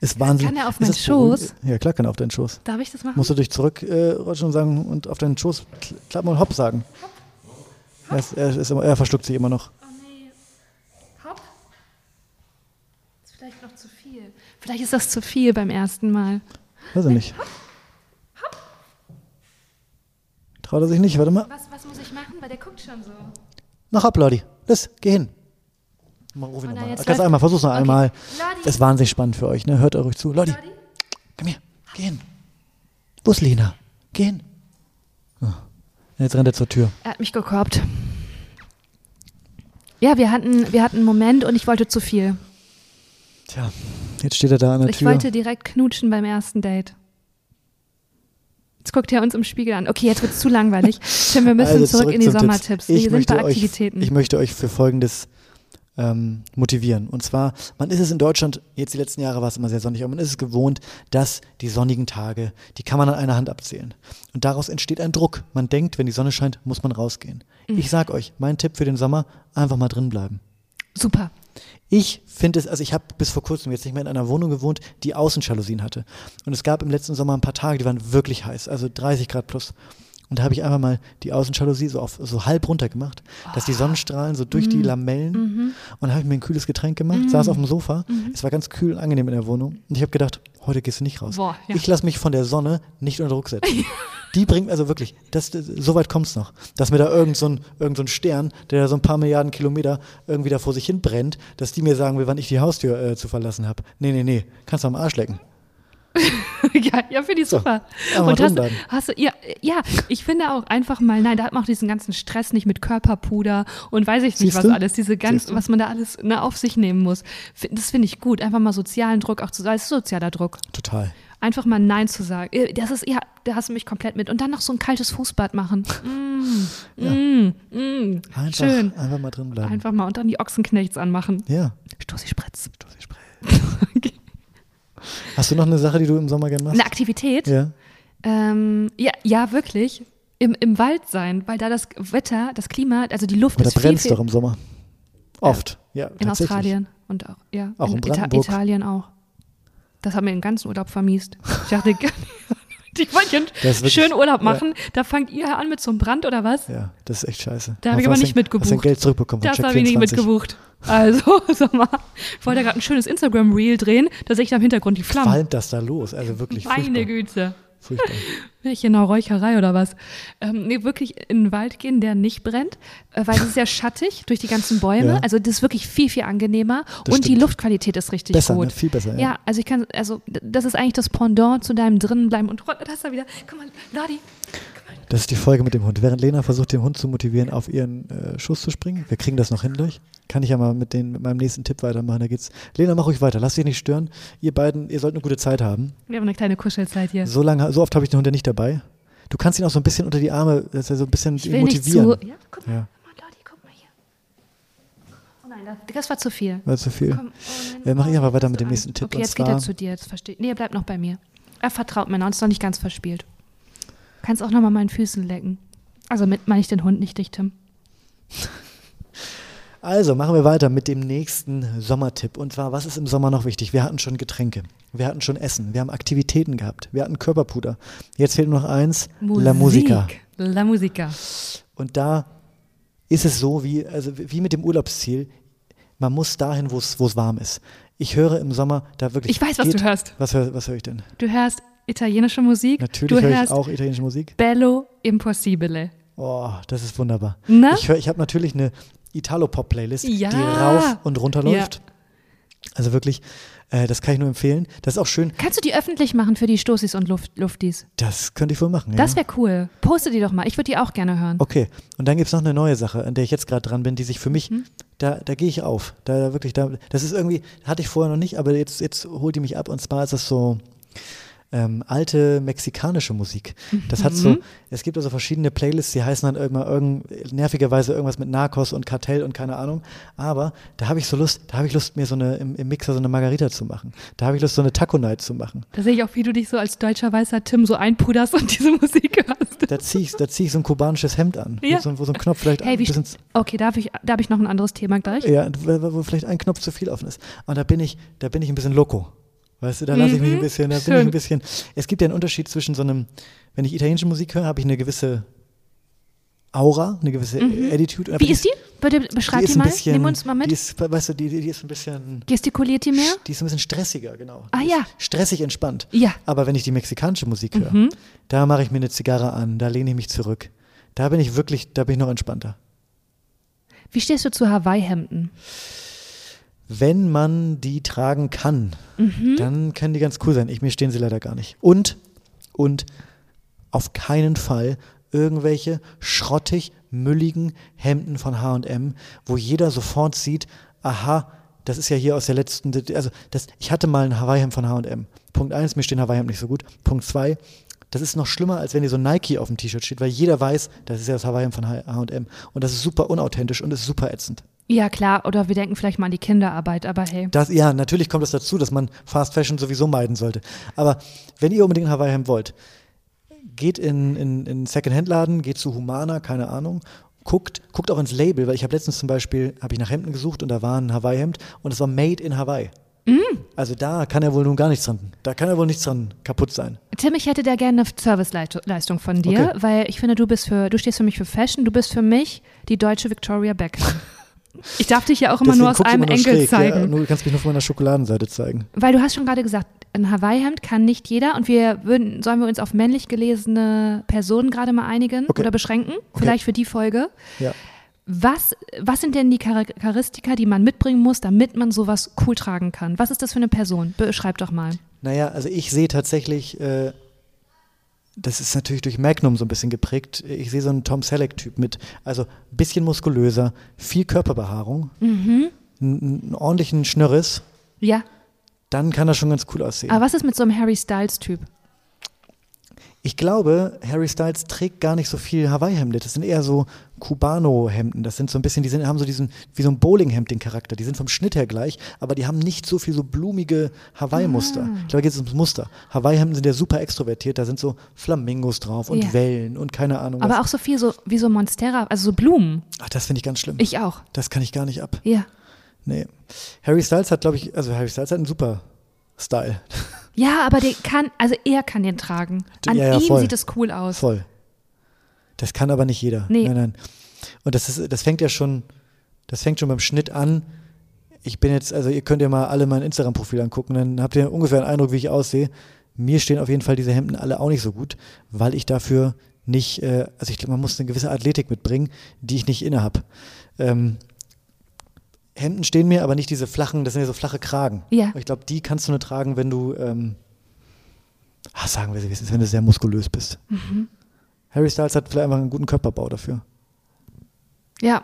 Ist wahnsinnig.
Kann er auf
ist
meinen
das berühmt?
Schoß?
Ja, klar kann er auf deinen Schoß.
Darf ich das machen?
Musst du dich zurückrutschen äh, rutschen und sagen und auf deinen Schoß kl- klappen und hopp sagen. Er, ist, er, ist immer, er verschluckt sich immer noch.
Oh nee. Hopp. Ist vielleicht noch zu viel. Vielleicht ist das zu viel beim ersten Mal.
Weiß ich nicht. Traut er sich nicht, warte mal.
Was, was muss ich machen? Weil der guckt schon so.
Nach hopp, Lodi. Los, geh hin. Mal ruf ihn
Oh nein,
nochmal.
jetzt
Ganz
läuft-
einmal, versuch's noch einmal.
Lodi.
Das ist wahnsinnig spannend für euch, ne? Hört euch ruhig zu. Lodi,
Lodi?
komm her. Geh hin. Wo ist Lena? Geh hin. Ah. Jetzt rennt er zur Tür.
Er hat mich gekorbt. Ja, wir hatten, wir hatten einen Moment und ich wollte zu viel.
Tja, jetzt steht er da an der
Ich
Tür.
wollte direkt knutschen beim ersten Date. Jetzt guckt er uns im Spiegel an. Okay, jetzt wird es zu langweilig. Tim, wir müssen
Also
zurück, in die
zum Tipps.
Sommertipps. Wir
Ich
sind
möchte
bei
euch-
Aktivitäten.
Ich möchte euch für Folgendes ähm, motivieren. Und zwar, man ist es in Deutschland, jetzt die letzten Jahre war es immer sehr sonnig, aber man ist es gewohnt, dass die sonnigen Tage, die kann man an einer Hand abzählen. Und daraus entsteht ein Druck. Man denkt, wenn die Sonne scheint, muss man rausgehen.
Mhm.
Ich sag euch, mein Tipp für den Sommer, einfach mal drin bleiben.
Super.
Ich finde es, also ich habe bis vor kurzem jetzt nicht mehr in einer Wohnung gewohnt, die Außenjalousien hatte. Und es gab im letzten Sommer ein paar Tage, die waren wirklich heiß, also 30 Grad plus. Und da habe ich einfach mal die Außenjalousie so, auf, so halb runter gemacht, dass
Ah.
die Sonnenstrahlen so durch
Mhm.
die Lamellen. Und habe ich mir ein kühles Getränk gemacht, saß auf dem Sofa.
Mhm.
Es war ganz kühl und angenehm in der Wohnung. Und ich habe gedacht, heute gehst du nicht raus.
Boah, ja.
Ich lasse mich von der Sonne nicht unter Druck setzen. Die bringt, also wirklich, das, das- so weit kommt's noch. Dass mir da irgend so, ein, irgend so ein Stern, der da so ein paar Milliarden Kilometer irgendwie da vor sich hin brennt, dass die mir sagen will, wann ich die Haustür äh, zu verlassen habe. Nee, nee, nee, kannst du am Arsch lecken.
ja, ja finde ich
So,
super.
einfach mal
Und hast,
drinbleiben.
hast du, ja, ja, ich finde auch einfach mal, nein, da hat man auch diesen ganzen Stress nicht mit Körperpuder und weiß ich nicht,
Siehst
was
du?
alles, diese
Siehst
ganz,
du?
was man da alles ne, auf sich nehmen muss. F- Das finde ich gut. Einfach mal sozialen Druck auch zu sagen. Das ist sozialer Druck.
Total.
Einfach mal Nein zu sagen. Äh, Das ist, ja, da hast du mich komplett mit. Und dann noch so ein kaltes Fußbad machen. Mm, mm, mm.
Einfach,
Schön.
einfach mal drin bleiben.
Einfach mal und dann die Ochsenknechts anmachen.
Ja.
Stoßi Spritz. Stoßi Spritz.
Hast du noch eine Sache, die du im Sommer gerne machst?
Eine Aktivität.
Ja.
Ähm, ja, ja, wirklich. Im, Im Wald sein, weil da das Wetter, das Klima, also die Luft
Aber da
ist viel,
brennt's
viel
doch im Sommer. Oft. Ja,
in
tatsächlich.
Australien und auch, ja,
Auch in
in, Ita
Brandenburg.
Italien auch. Das hat mir den ganzen Urlaub vermiest. Ich dachte, ich wollte hier einen
Das ist wirklich-
schönen Urlaub
ja.
machen. Da fangt ihr an mit so einem Brand oder was?
Ja, das ist echt scheiße.
Da habe ich
Hast
aber
du
nicht
denn- Hast du denn
mitgebucht.
Geld zurückbekommen von
Das
Check
habe ich nicht
24?
mitgebucht. Also, sag mal, ich wollte gerade ein schönes Instagram-Reel drehen, da sehe ich da im Hintergrund die Flammen.
Qualmt das da los? Also wirklich
Meine
furchtbar.
Güte.
furchtbar.
Welche genau Räucherei oder was? Ähm, nee, wirklich in den Wald gehen, der nicht brennt, äh, weil es ist ja schattig durch die ganzen Bäume.
Ja.
Also das ist wirklich viel, viel angenehmer.
Das
und
stimmt.
die Luftqualität ist richtig
Besser,
gut.
ne? Viel besser, ja.
Ja, also ich kann, also d- das ist eigentlich das Pendant zu deinem drinnenbleiben und runter, das da wieder. Guck mal, Ladi.
Das ist die Folge mit dem Hund. Während Lena versucht, den Hund zu motivieren, auf ihren äh, Schuss zu springen, wir kriegen das noch hin gleich. Kann ich ja mal mit, den, mit meinem nächsten Tipp weitermachen. Da geht's. Lena, mach ruhig weiter. Lass dich nicht stören. Ihr beiden, ihr sollt eine gute Zeit haben.
Wir haben eine kleine Kuschelzeit hier.
So lange, so oft habe ich den Hund ja nicht dabei. Du kannst ihn auch so ein bisschen unter die Arme, dass er so ein bisschen
ich will nicht zu.
motivieren.
Ja, guck mal,
Ja,
guck mal, Ladi, guck mal hier. Oh nein, das, das war zu viel.
war zu viel.
Komm, oh nein.
Äh, mach ich einfach weiter mit
So
dem
ein-
nächsten Tipp.
Okay,
und
jetzt
zwar,
geht er zu dir, jetzt verstehe Nee, er bleibt noch bei mir. Er vertraut mir noch, ist noch nicht ganz verspielt. Kannst auch noch mal meinen Füßen lecken. Also mit meine ich den Hund, nicht dich, Tim.
Also machen wir weiter mit dem nächsten Sommertipp. Und zwar, was ist im Sommer noch wichtig? Wir hatten schon Getränke, wir hatten schon Essen, wir haben Aktivitäten gehabt, wir hatten Körperpuder. Jetzt fehlt nur noch eins, La Musica.
La Musica.
Und da ist es so, wie, also wie mit dem Urlaubsziel, man muss dahin, wo es wo es warm ist. Ich höre im Sommer da wirklich.
Ich weiß, was du hörst.
Was höre was hör ich denn?
Du hörst italienische Musik.
Natürlich
du
höre ich
hörst
auch italienische Musik.
Bello Impossibile.
Oh, das ist wunderbar.
Na?
Ich, hör- ich habe natürlich eine Italo-Pop-Playlist,
Ja.
die rauf und runter läuft. Also wirklich, äh, das kann ich nur empfehlen. Das ist auch schön.
Kannst du die öffentlich machen für die Stoßis und Luft Luftis?
Das könnte ich wohl machen.
Das
ja.
wäre cool. Poste die doch mal. Ich würde die auch gerne hören.
Okay, und dann gibt's noch eine neue Sache, an der ich jetzt gerade dran bin, die sich für
Mhm.
mich, da, da gehe ich auf. Da, da wirklich, da, das ist irgendwie, hatte ich vorher noch nicht, aber jetzt, jetzt holt die mich ab und zwar ist das so ähm, alte mexikanische Musik. Das hat
Mhm.
so, es gibt also verschiedene Playlists, die heißen dann irgendwann irgend, nervigerweise irgendwas mit Narcos und Kartell und keine Ahnung. Aber da habe ich so Lust, da habe ich Lust, mir so eine im, im Mixer so eine Margarita zu machen. Da habe ich Lust, so eine Taco Night zu machen.
Da sehe ich auch, wie du dich so als deutscher weißer Tim so einpuderst und diese Musik hörst.
Da ziehe ich, da zieh ich so ein kubanisches Hemd an,
Ja.
mit so, wo so ein Knopf vielleicht
Hey,
ein
wie
bisschen
st- Okay, da habe ich, da hab ich noch ein anderes Thema gleich.
Ja, wo wo vielleicht ein Knopf zu viel offen ist. Und da bin ich, da bin ich ein bisschen loco. Weißt du, da lasse ich mich ein bisschen, da bin ich
Mhm. schön.
ein bisschen. Es gibt ja einen Unterschied zwischen so einem, wenn ich italienische Musik höre, habe ich eine gewisse Aura, eine gewisse Attitude. Und da bin
Mhm. Wie
ich-
ist die? Bitte beschreib die,
ist ein
mal.
bisschen-
Nimm uns mal mit.
Die ist, weißt du, die, die die ist ein bisschen,
Gestikuliert die mehr?
die ist ein bisschen stressiger, genau.
Ah,
Die ist
ja.
Stressig entspannt.
Ja.
Aber wenn ich die mexikanische Musik höre,
Mhm.
da mache ich mir eine Zigarre an, da lehne ich mich zurück. Da bin ich wirklich, da bin ich noch entspannter.
Wie stehst du zu Hawaii-Hemden?
Wenn man die tragen kann, dann können die ganz cool sein. Ich, mir stehen sie leider gar nicht. Und, und auf keinen Fall irgendwelche schrottig, mülligen Hemden von H&M, wo jeder sofort sieht, aha, das ist ja hier aus der letzten, also das, ich hatte mal ein Hawaii-Hemd von H&M. Punkt eins, mir stehen Hawaii-Hemd nicht so gut. Punkt zwei, das ist noch schlimmer, als wenn dir so Nike auf dem T-Shirt steht, weil jeder weiß, das ist ja das Hawaii-Hemd von H&M. Und das ist super unauthentisch und ist super ätzend.
Ja, klar. Oder wir denken vielleicht mal an die Kinderarbeit, aber hey.
Das, ja, natürlich kommt das dazu, dass man Fast Fashion sowieso meiden sollte. Aber wenn ihr unbedingt ein Hawaii-Hemd wollt, geht in, in, in Second-Hand-Laden, geht zu Humana, keine Ahnung, guckt, guckt auch ins Label, weil ich habe letztens zum Beispiel, habe ich nach Hemden gesucht und da war ein Hawaii-Hemd und es war Made in Hawaii.
Mhm.
Also da kann er wohl nun gar nichts dran, da kann er wohl nichts dran kaputt sein.
Tim, ich hätte da gerne eine Serviceleistung von dir,
Okay.
weil ich finde, du bist für, du stehst für mich für Fashion, du bist für mich die deutsche Victoria Beckham. Ich darf dich ja auch immer nur aus
guckst du
einem
immer nur
Enkel
schräg,
zeigen.
Ja, nur, du kannst mich nur von meiner Schokoladenseite zeigen.
Weil du hast schon gerade gesagt, ein Hawaii-Hemd kann nicht jeder und wir würden, sollen wir uns auf männlich gelesene Personen gerade mal einigen
Okay.
oder beschränken, vielleicht für die Folge.
Ja.
Was, was sind denn die Charakteristika, die man mitbringen muss, damit man sowas cool tragen kann? Was ist das für eine Person? Beschreib doch mal.
Naja, also ich sehe tatsächlich, äh, das ist natürlich durch Magnum so ein bisschen geprägt. Ich sehe so einen Tom Selleck-Typ mit, also ein bisschen muskulöser, viel Körperbehaarung, n- n- einen ordentlichen Schnörres,
Ja,
dann kann das schon ganz cool aussehen.
aber Ah, was ist mit so einem Harry Styles-Typ?
ich glaube, Harry Styles trägt gar nicht so viel Hawaii-Hemden. Das sind eher so Cubano-Hemden. Das sind so ein bisschen, die sind, haben so diesen, wie so ein Bowling-Hemd den Charakter. Die sind vom Schnitt her gleich, aber die haben nicht so viel so blumige Hawaii-Muster.
Ah.
Ich glaube, da geht es ums Muster. Hawaii-Hemden sind ja super extrovertiert. Da sind so Flamingos drauf und
Ja.
Wellen und keine Ahnung
Aber
was.
auch so viel so, wie so Monstera, also so Blumen.
Ach, das finde ich ganz schlimm.
Ich auch.
das kann ich gar nicht ab.
Ja.
Nee. Harry Styles hat, glaube ich, also Harry Styles hat einen super Style.
Ja, aber der kann, also er kann den tragen. An
Ja, ja,
ihm
voll.
sieht es cool aus.
Voll. Das kann aber nicht jeder.
Nee.
Nein, nein. Und das ist, das fängt ja schon, das fängt schon beim Schnitt an. Ich bin jetzt, also ihr könnt ja mal alle mein Instagram-Profil angucken, dann habt ihr ungefähr einen Eindruck, wie ich aussehe. Mir stehen auf jeden Fall diese Hemden alle auch nicht so gut, weil ich dafür nicht, äh, also ich glaube, man muss eine gewisse Athletik mitbringen, die ich nicht innehab. Ähm, Hemden stehen mir, aber nicht diese flachen, das sind ja so flache Kragen.
Ja.
Und Ich glaube, die kannst du nur tragen, wenn du, ähm, ach, sagen wir es, wie es ist, wenn du sehr muskulös bist.
Mhm.
Harry Styles hat vielleicht einfach einen guten Körperbau dafür.
Ja.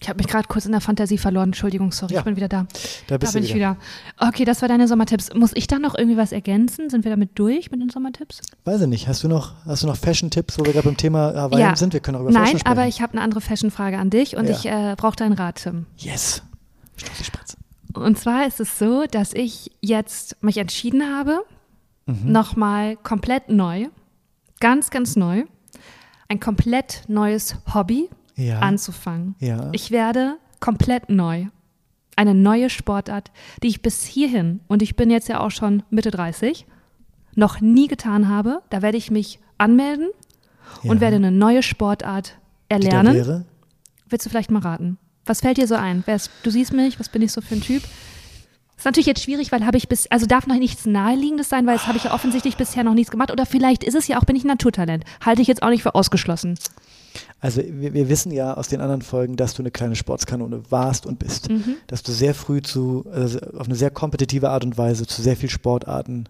Ich habe mich gerade kurz in der Fantasie verloren. Entschuldigung, sorry,
Ja.
ich bin wieder da.
Da
Da
bist
bin
du
ich
wieder.
wieder. Okay, das war deine Sommertipps. Muss ich da noch irgendwie was ergänzen? Sind wir damit durch mit den Sommertipps?
Weiß ich nicht, hast du noch, hast du noch Fashion-Tipps, wo wir gerade beim Thema Hawaii sind? Wir können auch über
Nein,
Fashion sprechen.
aber ich habe eine andere Fashion-Frage an dich und
Ja.
ich äh, brauche deinen Rat, Tim.
Yes. Stoß die Spritze.
Und zwar ist es so, dass ich jetzt mich entschieden habe,
Mhm.
nochmal komplett neu, ganz, ganz neu, ein komplett neues Hobby
Ja.
anzufangen.
Ja.
Ich werde komplett neu. Eine neue Sportart, die ich bis hierhin, und ich bin jetzt ja auch schon Mitte 30, noch nie getan habe. Da werde ich mich anmelden und
Ja.
werde eine neue Sportart
Die
erlernen.
Da wäre,
Willst du vielleicht mal raten? Was fällt dir so ein? Wer ist, du siehst mich, was bin ich so für ein Typ? Ist natürlich jetzt schwierig, weil habe ich bis, also darf noch nichts naheliegendes sein, weil es habe ich ja offensichtlich bisher noch nichts gemacht. Oder vielleicht ist es ja auch, bin ich ein Naturtalent. Halte ich jetzt auch nicht für ausgeschlossen.
also wir, wir wissen ja aus den anderen Folgen, dass du eine kleine Sportskanone warst und bist.
Mhm.
Dass du sehr früh zu, also auf eine sehr kompetitive Art und Weise zu sehr viel Sportarten,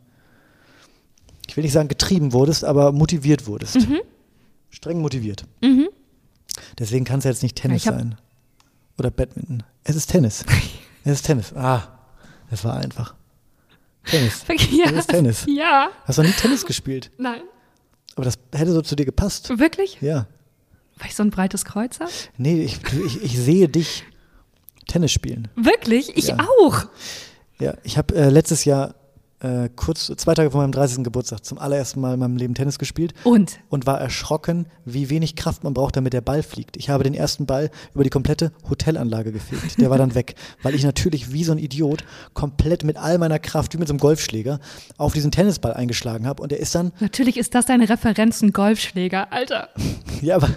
ich will nicht sagen getrieben wurdest, aber motiviert wurdest.
Mhm.
Streng motiviert. Deswegen kann es ja jetzt nicht Tennis
Ich hab-
sein. Oder Badminton. Es ist Tennis. es ist Tennis. Ah, das war einfach. Tennis.
Ja.
Das ist Tennis.
Ja.
Hast du noch nie Tennis gespielt?
Nein.
Aber das hätte so zu dir gepasst.
Wirklich?
Ja.
Weil ich so ein breites Kreuz habe?
Nee, ich, du, ich, ich sehe dich Tennis spielen.
Wirklich? Ich
Ja.
auch.
Ja, ich habe äh, letztes Jahr äh, kurz zwei Tage vor meinem 30. Geburtstag zum allerersten Mal in meinem Leben Tennis gespielt
Und?
und war erschrocken, wie wenig Kraft man braucht, damit der Ball fliegt. Ich habe den ersten Ball über die komplette Hotelanlage gefegt. Der war dann weg, weil ich natürlich wie so ein Idiot komplett mit all meiner Kraft, wie mit so einem Golfschläger, auf diesen Tennisball eingeschlagen habe und der ist dann
Natürlich ist das deine Referenz, ein Golfschläger. Alter.
Ja, aber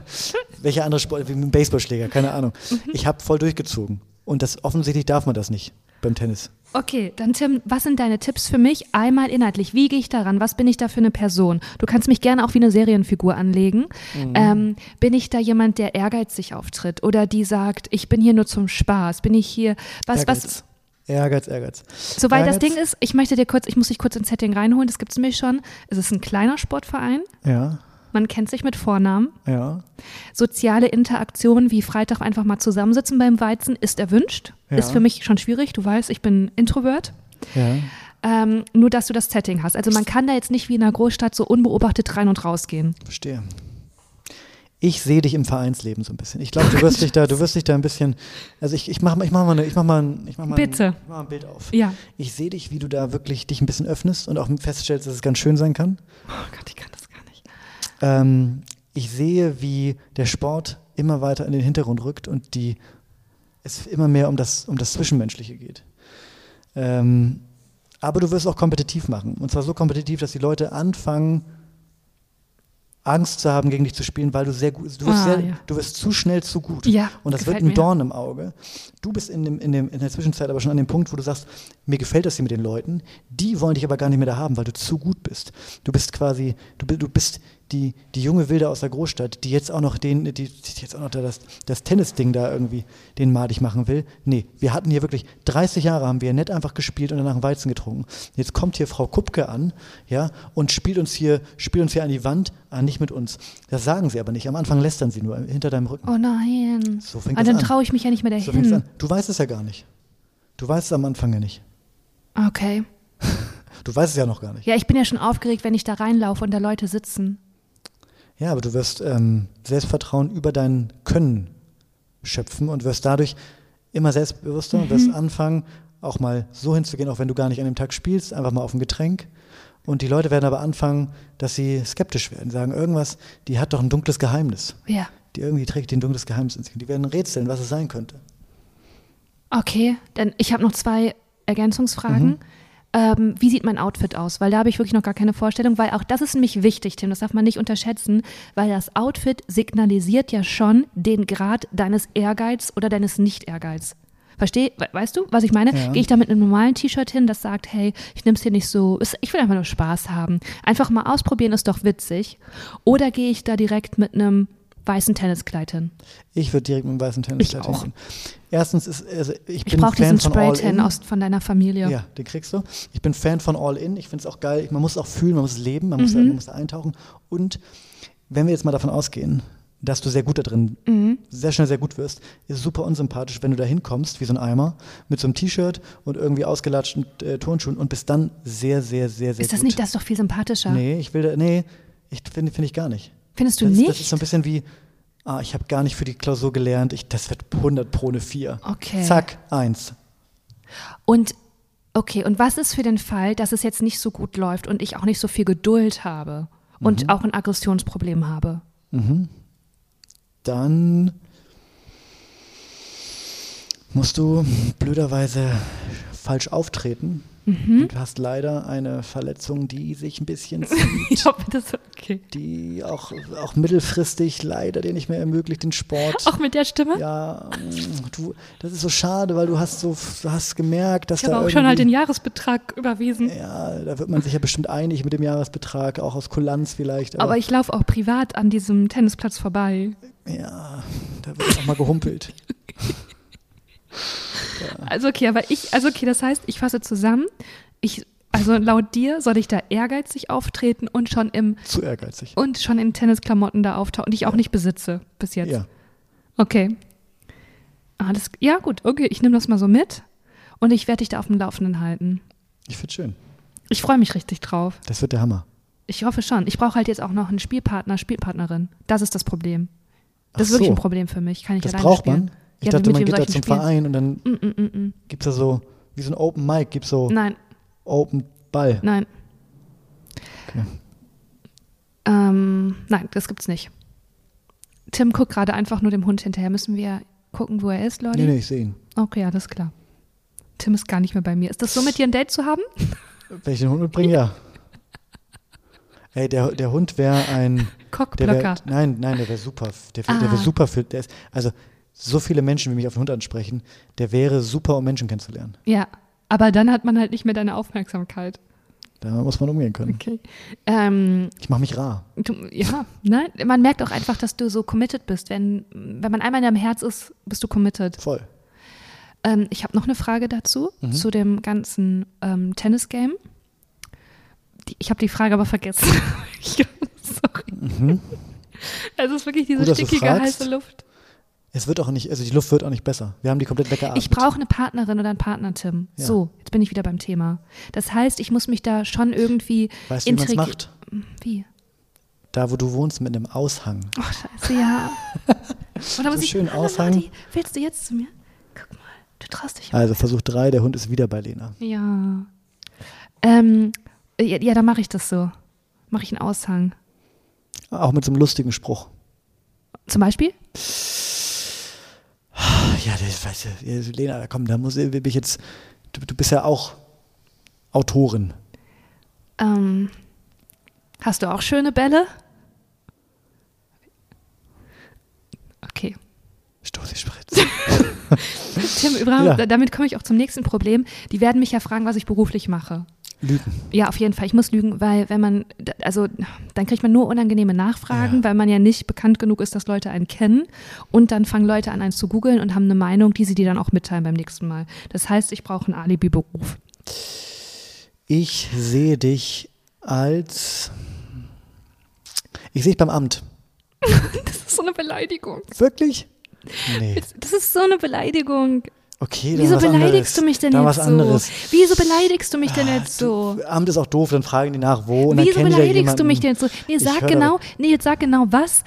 welcher andere Sport, wie ein Baseballschläger, keine Ahnung. Ich habe voll durchgezogen. Und das offensichtlich darf man das nicht beim Tennis.
Okay, dann Tim, was sind deine Tipps für mich? Einmal inhaltlich, wie gehe ich daran? Was bin ich da für eine Person? Du kannst mich gerne auch wie eine Serienfigur anlegen.
Mhm.
Ähm, bin ich da jemand, der ehrgeizig auftritt oder die sagt, ich bin hier nur zum Spaß? Bin ich hier, was, was?
Ehrgeiz. Ehrgeiz, Ehrgeiz.
Soweit das
Ehrgeiz,
Ding ist, ich möchte dir kurz, ich muss dich kurz ins Setting reinholen, das gibt's nämlich schon. Es ist ein kleiner Sportverein,
Ja,
man kennt sich mit Vornamen.
ja.
Soziale Interaktion wie Freitag einfach mal zusammensitzen beim Weizen ist erwünscht.
Ja.
Ist für mich schon schwierig, du weißt, ich bin Introvert.
Ja.
Ähm, nur, dass du das Setting hast. Also man kann da jetzt nicht wie in einer Großstadt so unbeobachtet rein und rausgehen.
Verstehe. Ich sehe dich im Vereinsleben so ein bisschen. Ich glaube, du wirst dich da, du wirst dich da ein bisschen. Also ich, ich mache ich mach mal, eine, ich mach mal, ein, ich mach mal,
Bitte.
Ein, ich mach mal ein Bild auf.
Ja.
Ich sehe dich, wie du da wirklich dich ein bisschen öffnest und auch feststellst, dass es ganz schön sein kann.
Oh Gott, ich kann das gar nicht.
Ähm, ich sehe, wie der Sport immer weiter in den Hintergrund rückt und die, es immer mehr um das, um das Zwischenmenschliche geht. Ähm, aber du wirst auch kompetitiv machen. Und zwar so kompetitiv, dass die Leute anfangen, Angst zu haben, gegen dich zu spielen, weil du sehr gut du wirst.
Ah,
sehr,
ja.
du wirst zu schnell zu gut.
Ja,
und das wird
gefällt
ein
mir.
Dorn im Auge. Du bist in, dem, in, dem, in der Zwischenzeit aber schon an dem Punkt, wo du sagst, mir gefällt das hier mit den Leuten. Die wollen dich aber gar nicht mehr da haben, weil du zu gut bist. Du bist quasi, du, bi- du bist die, die junge Wilde aus der Großstadt, die jetzt auch noch den, die, die jetzt auch noch da das, das Tennisding da irgendwie den madig machen will. Nee, wir hatten hier wirklich 30 Jahre haben wir nett einfach gespielt und danach einen Weizen getrunken. Jetzt kommt hier Frau Kupke an, ja, und spielt uns hier, spielt uns hier an die Wand, ah, nicht mit uns. Das sagen sie aber nicht. Am Anfang lästern sie nur hinter deinem Rücken.
Oh nein.
So fängt
ah,
das
dann
an.
traue ich mich ja nicht mehr
So
dahin.
fängt's an. Du weißt es ja gar nicht. Du weißt es am Anfang ja nicht.
Okay.
Du weißt es ja noch gar nicht.
Ja, ich bin ja schon aufgeregt, wenn ich da reinlaufe und da Leute sitzen.
Ja, aber du wirst ähm, Selbstvertrauen über dein Können schöpfen und wirst dadurch immer selbstbewusster und
Mhm.
wirst anfangen, auch mal so hinzugehen, auch wenn du gar nicht an dem Tag spielst, einfach mal auf ein Getränk. Und die Leute werden aber anfangen, dass sie skeptisch werden, sagen irgendwas, die hat doch ein dunkles Geheimnis.
Ja.
Die irgendwie trägt ein dunkles Geheimnis in sich. Die werden rätseln, was es sein könnte.
Okay, dann ich habe noch zwei Ergänzungsfragen.
Mhm.
Ähm, wie sieht mein Outfit aus? Weil da habe ich wirklich noch gar keine Vorstellung, weil auch das ist nämlich wichtig, Tim, das darf man nicht unterschätzen, weil das Outfit signalisiert ja schon den Grad deines Ehrgeiz oder deines Nicht-Ehrgeiz. Versteh, we- weißt du, was ich meine?
Ja.
Gehe ich da mit einem normalen T-Shirt hin, das sagt, hey, ich nehme es hier nicht so, es- ich will einfach nur Spaß haben. Einfach mal ausprobieren, ist doch witzig. Oder gehe ich da direkt mit einem weißen Tenniskleid hin?
Ich würde direkt mit dem weißen Tennis
Ich auch.
Erstens ist, also ich,
Ich
bin
brauche
Fan
diesen
von All
Spray-Tan
In.
aus- von deiner Familie.
Ja, den kriegst du. Ich bin Fan von All In. Ich finde es auch geil. Man muss es auch fühlen, man muss es leben, man,
Mhm.
muss, da, man muss da eintauchen. Und wenn wir jetzt mal davon ausgehen, dass du sehr gut da drin,
Mhm.
sehr schnell sehr gut wirst, ist super unsympathisch, wenn du da hinkommst, wie so ein Eimer, mit so einem T-Shirt und irgendwie ausgelatschten äh, Turnschuhen und bist dann sehr, sehr, sehr, sehr
Ist das
gut.
nicht, das ist doch viel sympathischer.
Nee, ich will da, nee, ich finde find ich gar nicht.
Findest du
das, ist-
nicht?
Das ist so ein bisschen wie, ah, ich habe gar nicht für die Klausur gelernt, ich, das wird 100 pro eine 4.
Okay.
Zack, eins.
und okay, und was ist für den Fall, dass es jetzt nicht so gut läuft und ich auch nicht so viel Geduld habe und
Mhm.
auch ein Aggressionsproblem habe?
dann musst du blöderweise falsch auftreten.
Mhm.
Und hast leider eine Verletzung, die sich ein bisschen zieht,
Ich hoffe, das ist okay.
die auch, auch mittelfristig leider dir nicht mehr ermöglicht, den Sport.
Auch mit der Stimme?
Ja, mm, du, das ist so schade, weil du hast so, du hast gemerkt, dass
Ich habe
da
auch schon halt den
irgendwie-
Jahresbetrag überwiesen.
ja, da wird man sich ja bestimmt einig mit dem Jahresbetrag, auch aus Kulanz vielleicht.
Aber ich laufe auch privat an diesem Tennisplatz vorbei.
ja, da wird auch mal gehumpelt.
Also okay, aber ich, also okay, das heißt, ich fasse zusammen. Ich, also laut dir soll ich da ehrgeizig auftreten und schon im
Zu ehrgeizig.
und schon in Tennisklamotten da auftauchen, die ich auch nicht besitze bis jetzt.
Ja.
Okay. Ah, das, ja gut, okay, ich nehme das mal so mit und ich werde dich da auf dem Laufenden halten.
Ich finde schön.
Ich freue mich richtig drauf.
Das wird der Hammer.
Ich hoffe schon. Ich brauche halt jetzt auch noch einen Spielpartner, Spielpartnerin. Das ist das Problem. Das ist
Ach
wirklich
so.
ein Problem für mich. Kann ich
Das
alleine
braucht
spielen.
man. Ich
Ja,
dachte,
mit
man
wem
geht
soll
da
ich denn
zum
spielen?
Verein und dann
Mm, mm, mm, mm.
gibt's da so, wie so ein Open Mic, gibt's so
Nein,
Open Ball.
nein.
Okay.
Ähm, nein, das gibt's nicht. Tim guckt gerade einfach nur dem Hund hinterher. Müssen wir gucken, wo er ist, Leute?
Nee, nee, ich sehe ihn.
Okay, alles klar. Tim ist gar nicht mehr bei mir. Ist das so, mit dir ein Date zu haben?
Wenn ich den Hund mitbringe, ja. Ey, der, der Hund wäre ein. Der
Cockblocker.
wär, nein, nein, der wäre super. Der, wär- der
Ah.
wäre super für. Der ist, also, so viele Menschen, wie mich auf den Hund ansprechen, der wäre super, um Menschen kennenzulernen.
Ja, aber dann hat man halt nicht mehr deine Aufmerksamkeit.
Da muss man umgehen können.
Okay. Ähm,
Ich mache mich rar.
du, ja, nein, man merkt auch einfach, dass du so committed bist. Wenn, wenn man einmal in deinem Herz ist, bist du committed.
Voll.
Ähm, ich habe noch eine Frage dazu,
Mhm.
zu dem ganzen ähm, Tennis-Game. Die- Ich habe die Frage aber vergessen. Ich- Sorry. Also es ist wirklich diese
Mhm. Gut, dass du
stickige,
fragst.
heiße Luft.
Es wird auch nicht, also die Luft wird auch nicht besser. Wir haben die komplett weggeatmet.
Ich brauche eine Partnerin oder einen Partner, Tim.
Ah, Ja.
So, jetzt bin ich wieder beim Thema. Das heißt, ich muss mich da schon irgendwie
Weißt du, wie man's
integri-
macht?
Wie?
Da, wo du wohnst, mit einem Aushang.
Oh, scheiße, ja. Und dann
So schön
Hallo,
aushangen.
Marti, Willst du jetzt zu mir? Guck mal, du traust dich.
Also Versuch drei, der Hund ist wieder bei Lena.
Ja. Ähm, ja, ja, dann mache ich das so. Mache ich einen Aushang.
Auch mit so einem lustigen Spruch.
Zum Beispiel?
Ja, das weißt du, ja, Lena, komm, da muss ich bin ich jetzt. Du, du bist ja auch Autorin.
Ähm, hast du auch schöne Bälle? Okay.
Stoßi Spritz.
Tim, übrigens,
Ja.
da- damit komme ich auch zum nächsten Problem. Die werden mich ja fragen, was ich beruflich mache.
Lügen.
Ja, auf jeden Fall. Ich muss lügen, weil wenn man, d- also dann kriegt man nur unangenehme Nachfragen, weil man ja nicht bekannt genug ist, dass Leute einen kennen. Und dann fangen Leute an, einen zu googeln und haben eine Meinung, die sie dir dann auch mitteilen beim nächsten Mal. Das heißt, ich brauche einen Alibi-Beruf.
Ich sehe dich als. Ich sehe dich beim Amt.
Das ist so eine Beleidigung.
Wirklich? Nee.
Das ist so eine Beleidigung.
Okay, dann
Wieso
was
beleidigst
anderes.
du mich denn
dann
jetzt
was
so?
anderes.
Wieso beleidigst Ah, du mich denn jetzt so?
Amt ist auch doof, dann fragen die nach wo und dann
Wieso
kennen die ja
beleidigst du mich
jemanden.
denn jetzt so? Nee,
Ich
sag
höre-
genau, nee, jetzt sag genau, was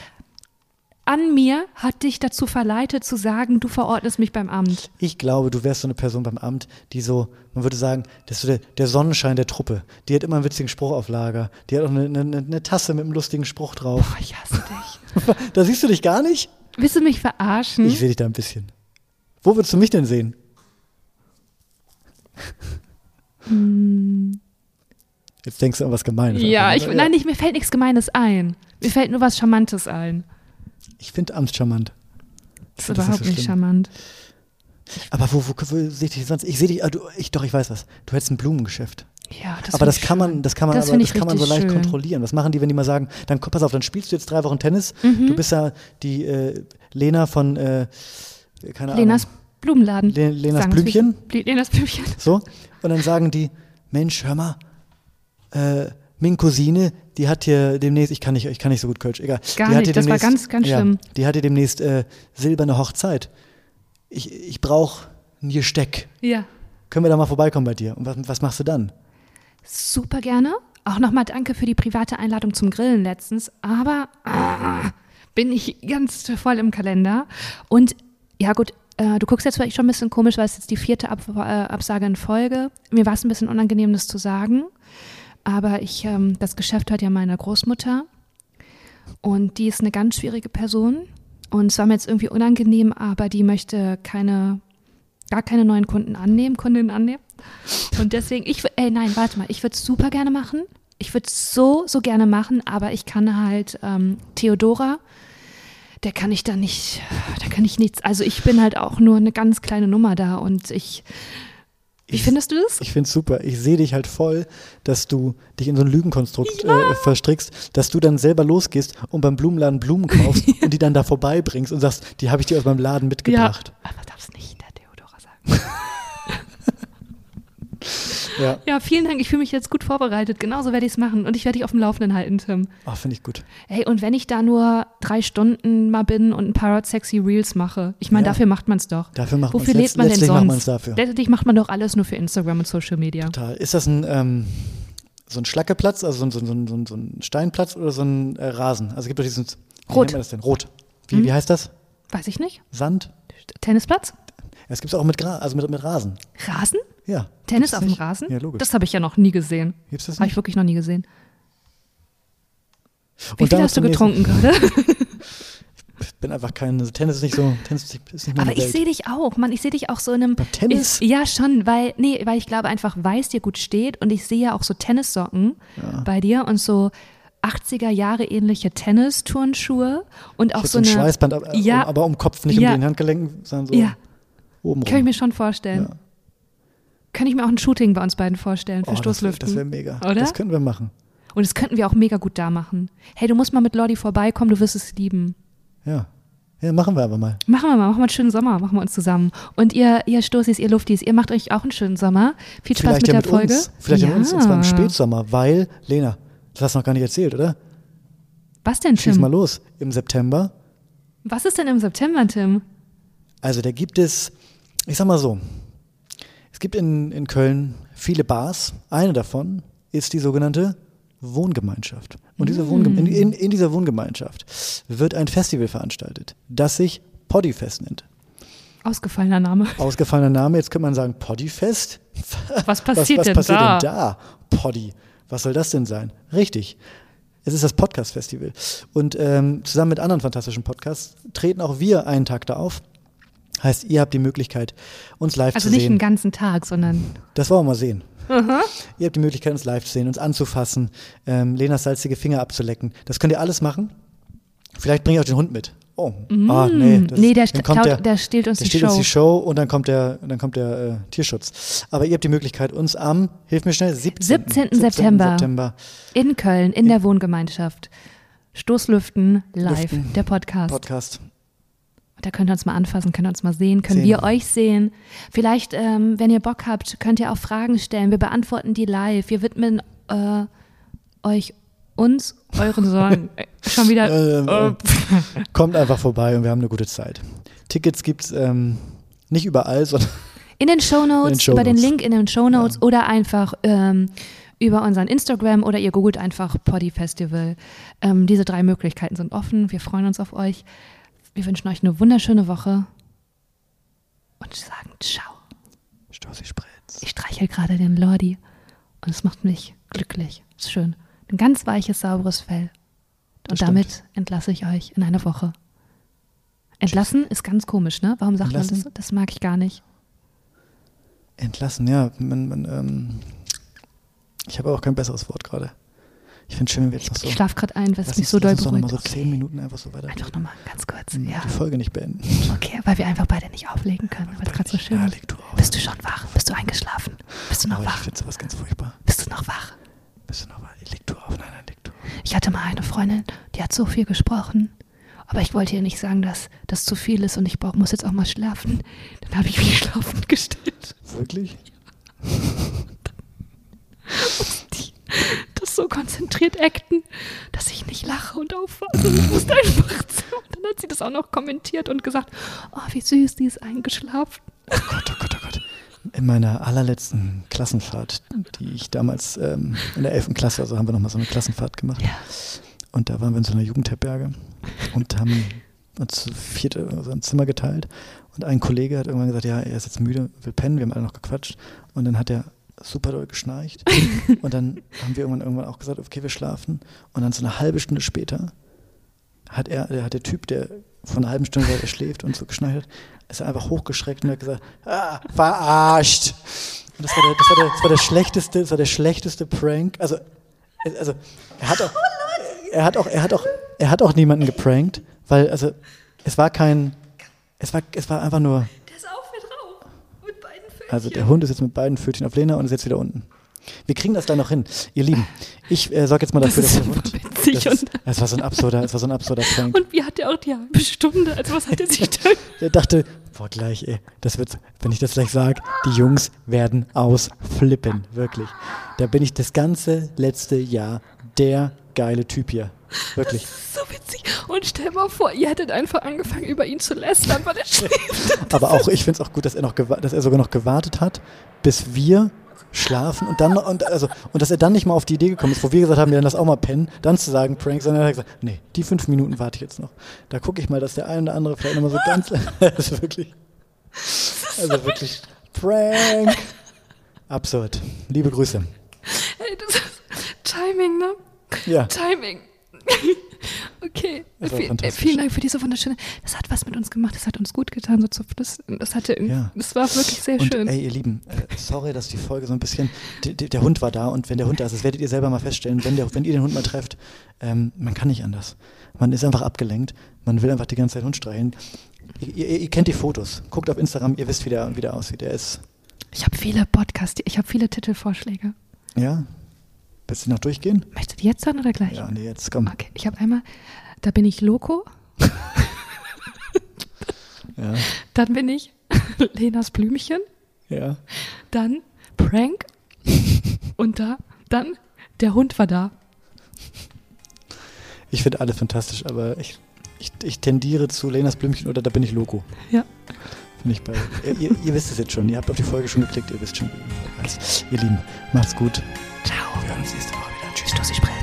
an mir hat dich dazu verleitet zu sagen, du verordnest mich beim Amt.
Ich glaube, du wärst so eine Person beim Amt, die so, man würde sagen, das ist so der, der Sonnenschein der Truppe. Die hat immer einen witzigen Spruch auf Lager. Die hat auch eine, eine, eine Tasse mit einem lustigen Spruch drauf.
Boah, ich hasse dich.
Da siehst du dich gar nicht?
Willst du mich verarschen?
Ich sehe dich da ein bisschen. Wo würdest du mich denn sehen? Jetzt denkst du an was Gemeines.
Hm. ja,
einfach,
ich,
ne?
nein, ich, mir fällt nichts Gemeines ein. Mir fällt nur was Charmantes ein.
Ich finde Amt charmant.
Das
find das
ist
nicht
überhaupt
so
nicht
schlimm.
charmant.
Aber wo, wo, wo sehe ich dich sonst? Ich sehe dich, ah, du, ich, doch, ich weiß was. Du hättest ein Blumengeschäft.
Ja, das
aber
find
das
ich
kann man, das kann man,
Das
aber
find
das
ich
kann man so
richtig
leicht
schön.
kontrollieren. Was machen die, wenn die mal sagen, dann komm, pass auf, dann spielst du jetzt drei Wochen Tennis.
Mhm.
Du bist ja die äh, Lena von, äh, keine
Lenas
Ahnung,
Blumenladen.
Le- Lenas
Sagen wir's wie-
Blümchen?
Bl- Lenas Blümchen.
so. Und dann sagen die, Mensch, hör mal, äh, min Cousine, die hat hier demnächst, ich kann nicht, ich kann nicht so gut Kölsch, egal.
Gar
die hat
nicht,
hier
das war
demnächst-
ganz, ganz schlimm.
Die hatte demnächst äh, silberne Hochzeit. Ich, ich brauche ein Gesteck.
Ja.
Können wir da mal vorbeikommen bei dir? Und was, was machst du dann?
Super gerne. Auch nochmal danke für die private Einladung zum Grillen letztens. Aber ah, bin ich ganz voll im Kalender. Und ja gut, äh, du guckst jetzt vielleicht schon ein bisschen komisch, weil es jetzt die vierte Ab äh, Absage in Folge. Mir war es ein bisschen unangenehm, das zu sagen. Aber ich, ähm, das Geschäft hat ja meine Großmutter. Und die ist eine ganz schwierige Person. Und es war mir jetzt irgendwie unangenehm, aber die möchte keine, gar keine neuen Kunden annehmen, Kundinnen annehmen. Und deswegen, ich, wü- ey, nein, warte mal, ich würde es super gerne machen. Ich würde es so, so gerne machen, aber ich kann halt ähm, Theodora, der kann ich da nicht, da kann ich nichts. Also ich bin halt auch nur eine ganz kleine Nummer da und ich, wie findest du das?
Ich finde es super. Ich sehe dich halt voll, dass du dich in so ein Lügenkonstrukt äh, verstrickst, dass du dann selber losgehst und beim Blumenladen Blumen kaufst und die dann da vorbeibringst und sagst, die habe ich dir aus meinem Laden mitgebracht.
Ja, aber darfst nicht der Theodora sagen.
Ja.
Ja, vielen Dank, ich fühle mich jetzt gut vorbereitet. Genauso werde ich es machen und ich werde dich auf dem Laufenden halten, Tim.
Ach, finde Ah, ich gut.
Hey, und wenn ich da nur drei Stunden mal bin und ein paar sexy Reels mache, ich meine,
Ja.
dafür macht man es doch.
Dafür macht
Wofür
man's.
lebt man denn
Letztlich macht
sonst?
man's dafür.
Letztlich macht man doch alles nur für Instagram und Social Media.
Total. Ist das ein, ähm, so ein Schlackeplatz, also so ein, so ein- so ein, so ein, so ein Steinplatz oder so ein äh, Rasen. Also es gibt doch diesen. Wie
Rot. Mhm.
nennt man das denn? Rot. Wie, wie heißt das?
Weiß ich nicht.
Sand?
Tennisplatz?
Es gibt es auch mit, Gra also mit, mit Rasen.
Rasen?
Ja.
Tennis
Gibt's
auf dem
nicht?
Rasen?
Ja, logisch.
Das Ah, habe ich ja noch nie gesehen.
Gibt's das
Habe
nicht?
ich wirklich noch nie gesehen. Wie
Und
viel
damit
hast du
zum nächsten-
getrunken gerade?
Ich bin einfach kein. Tennis ist nicht so. Tennis ist nicht- ist nicht meine
Aber ich
Welt.
sehe dich auch, Mann. Ich sehe dich auch so in einem.
Beim Tennis?
Ich, ja, schon, weil, nee, weil ich glaube einfach, weiß dir gut steht und ich sehe ja auch so Tennissocken bei dir und so 80er Jahre ähnliche Tennisturnschuhe und auch
ich hab so
so
ein
eine.
Schweißband, aber,
Ja.
um, aber um den Kopf, nicht
Ja.
um den Handgelenken, sondern so
ja,
oben
kann ich
rum.
mir schon vorstellen. Kann ich mir auch ein Shooting bei uns beiden vorstellen für
Oh, das wär-
Stoßlüften.
das wäre mega.
Oder?
Das könnten wir machen.
und das könnten wir auch mega gut da machen. Hey, du musst mal mit Lodi vorbeikommen, du wirst es lieben.
Ja. Ja, machen wir aber mal.
Machen wir mal, machen wir einen schönen Sommer, machen wir uns zusammen. Und ihr, ihr Stoßis, ihr Luftis, ihr macht euch auch einen schönen Sommer. Viel Spaß
Vielleicht
mit
ja
der
mit
Folge.
uns. Vielleicht ja. mit uns, und zwar im
Ja.
Spätsommer, weil, Lena, das hast du noch gar nicht erzählt, oder?
Was denn,
Schieß
Tim?
mal los. Im September
Was ist denn im September, Tim?
Also da gibt es, ich sag mal so, es gibt in, in Köln viele Bars. Eine davon ist die sogenannte Wohngemeinschaft. Und diese Wohngeme in, in, in dieser Wohngemeinschaft wird ein Festival veranstaltet, das sich Poddyfest nennt.
Ausgefallener Name.
Ausgefallener Name, jetzt könnte man sagen Poddyfest.
Was passiert
was, was
denn
passiert
da?
denn da? Poddy. Was soll das denn sein? Richtig. Es ist das Podcast-Festival. Und ähm, zusammen mit anderen fantastischen Podcasts treten auch wir einen Tag da auf. Heißt, ihr habt die Möglichkeit, uns live
Also
zu
nicht Mhm.
sehen.
einen ganzen Tag, sondern
Das wollen wir mal sehen. Ihr habt die Möglichkeit, uns live zu sehen, uns anzufassen, ähm, Lenas salzige Finger abzulecken. Das könnt ihr alles machen. Vielleicht bringe ich auch den Hund mit. Oh, ah, nee, das,
Mm. Hm, Nee, der
dann
st-
kommt
taut- der stiehlt uns
der
die
stiehlt uns
Show.
die Show und dann kommt der, dann kommt der äh, Tierschutz. Aber ihr habt die Möglichkeit, uns am, hilf mir schnell, 17.
17. September.
September
in Köln, in der Wohngemeinschaft. Stoßlüften live,
Lüften.
der Podcast.
Podcast.
Da könnt ihr uns mal anfassen, könnt ihr uns mal sehen, können
Sehen.
wir euch sehen. Vielleicht, ähm, wenn ihr Bock habt, könnt ihr auch Fragen stellen. Wir beantworten die live. Wir widmen äh, euch uns, euren Sorgen. Äh, Schon wieder.
Ähm,
äh,
Kommt einfach vorbei und wir haben eine gute Zeit. Tickets gibt's ähm, nicht überall, sondern
In den Shownotes,
In den
über den
Shownotes.
Link in den Shownotes oder einfach ähm, über unseren Instagram oder ihr googelt einfach Poddy Festival. Ähm, diese drei Möglichkeiten sind offen. Wir freuen uns auf euch. Wir wünschen euch eine wunderschöne Woche und sagen Ciao.
Stossi Spritz.
Ich streichel gerade den Lordi und es macht mich glücklich. Ist schön. Ein ganz weiches, sauberes Fell. Und
Das
damit entlasse ich euch in eine Woche. Entlassen ist ganz komisch, ne? Warum sagt
Entlassen?
man das? Das mag ich gar nicht.
Entlassen, ja. Man, man, ähm, ich habe auch kein besseres Wort gerade. Ich finde schön, wenn wir jetzt noch so.
Ich schlafe gerade ein, weil es
lass
mich
uns,
so doll
lass uns doch noch
beruhigt.
mal so
Okay. Halt
zehn Minuten Hm, einfach so weiter.
Einfach nochmal ganz kurz. Ja,
Die Folge nicht beenden.
okay, weil wir einfach beide nicht auflegen können, weil es gerade so schön
Ja,
ist.
leg du auf.
Bist du schon wach? Bist du eingeschlafen? Bist du noch
Aber ich
wach?
finde sowas ganz furchtbar.
Bist du noch wach?
Bist du noch mal? Leg du auf. Nein, nein, leg du auf.
Ich hatte mal eine Freundin, die hat so viel gesprochen. Aber ich wollte ihr nicht sagen, dass das zu viel ist und ich brauch, muss jetzt auch mal schlafen. Dann habe ich mich schlafend gestellt.
Wirklich?
Das so konzentriert acten, dass ich nicht lache und aufwache. Ich musste einfach so. Und dann hat sie das auch noch kommentiert und gesagt, oh, wie süß, die ist eingeschlafen.
Oh Gott, oh Gott, oh Gott. In meiner allerletzten Klassenfahrt, die ich damals ähm, in der 11. Klasse, also haben wir nochmal so eine Klassenfahrt gemacht.
Ja.
Und da waren wir in so einer Jugendherberge und haben uns zu viert so ein Zimmer geteilt. Und ein Kollege hat irgendwann gesagt, ja, er ist jetzt müde, will pennen, wir haben alle noch gequatscht. Und dann hat er super doll geschnarcht. und dann haben wir irgendwann, irgendwann auch gesagt, okay, wir schlafen. Und dann so eine halbe Stunde später hat er, der, hat der Typ, der von einer halben Stunde, weil er schläft und so geschnarcht hat, ist er einfach hochgeschreckt und hat gesagt, ah, verarscht. Und das war, der, das, war der, das war der schlechteste, das war der schlechteste Prank. Also, also er hat auch, er hat auch, er hat auch, er hat auch niemanden geprankt, weil also es war kein, es war, es war einfach nur. Der ist auf mit drauf mit beiden Pfötchen. Also der Hund ist jetzt mit beiden Pfötchen auf Lena und ist jetzt wieder unten. Wir kriegen das da noch hin, ihr Lieben. Ich äh, sorge jetzt mal dafür,
ist
dass der
super
Hund.
witzig
das, ist-
und-
das war so ein absurder, das war so ein absurder Prank.
Und wie hat er auch die halbe Stunde? Also was hat er sich da
Er dachte, boah, gleich, ey, das wird, wenn ich das gleich sage, die Jungs werden ausflippen, wirklich. Da bin ich das ganze letzte Jahr der geile Typ hier, wirklich.
so witzig. Und stell mal vor, ihr hättet einfach angefangen, über ihn zu lästern, weil er schläft.
Aber auch, ich finde es auch gut, dass er, noch gewa- dass er sogar noch gewartet hat, bis wir schlafen und dann und also und dass er dann nicht mal auf die Idee gekommen ist, wo wir gesagt haben, wir lassen das auch mal pennen, dann zu sagen Prank, sondern er hat gesagt, nee, die fünf Minuten warte ich jetzt noch. Da gucke ich mal, dass der eine oder andere vielleicht nochmal so ganz also wirklich also wirklich Prank absurd. Liebe Grüße.
Ey, das ist Timing, ne?
Ja.
Timing. Okay,
Das war
Viel- äh,
fantastisch.
vielen Dank für diese wunderschöne. Das hat was mit uns gemacht, das hat uns gut getan, so zu das, das hatte irgendwie,
Ja.
das war wirklich sehr
Und
schön.
ey, ihr Lieben, äh, sorry, dass die Folge so ein bisschen. d- d- Der Hund war da und wenn der Hund da ist, das werdet ihr selber mal feststellen, wenn, der, wenn ihr den Hund mal trefft, ähm, man kann nicht anders. Man ist einfach abgelenkt, man will einfach die ganze Zeit Hund streicheln. Ihr, ihr, ihr kennt die Fotos, guckt auf Instagram, ihr wisst, wie der, wie der aussieht. Er ist,
ich habe viele Podcasts, ich habe viele Titelvorschläge.
ja. Willst du noch durchgehen?
Möchtest du die jetzt hören oder gleich?
Ja, nee, jetzt komm.
Okay, ich habe einmal, da bin ich Loco,
Ja,
dann bin ich Lenas Blümchen,
ja.
dann Prank und da, dann der Hund war da.
Ich finde alle fantastisch, aber ich, ich, ich tendiere zu Lenas Blümchen oder da bin ich Loco.
Ja.
Finde ich beide. ihr, ihr, ihr wisst es jetzt schon, ihr habt auf die Folge schon geklickt, ihr wisst schon. Also, ihr Lieben, macht's gut.
Ciao.
Wir hören uns nächste Woche wieder. Tschüss.
Stoßig Prell.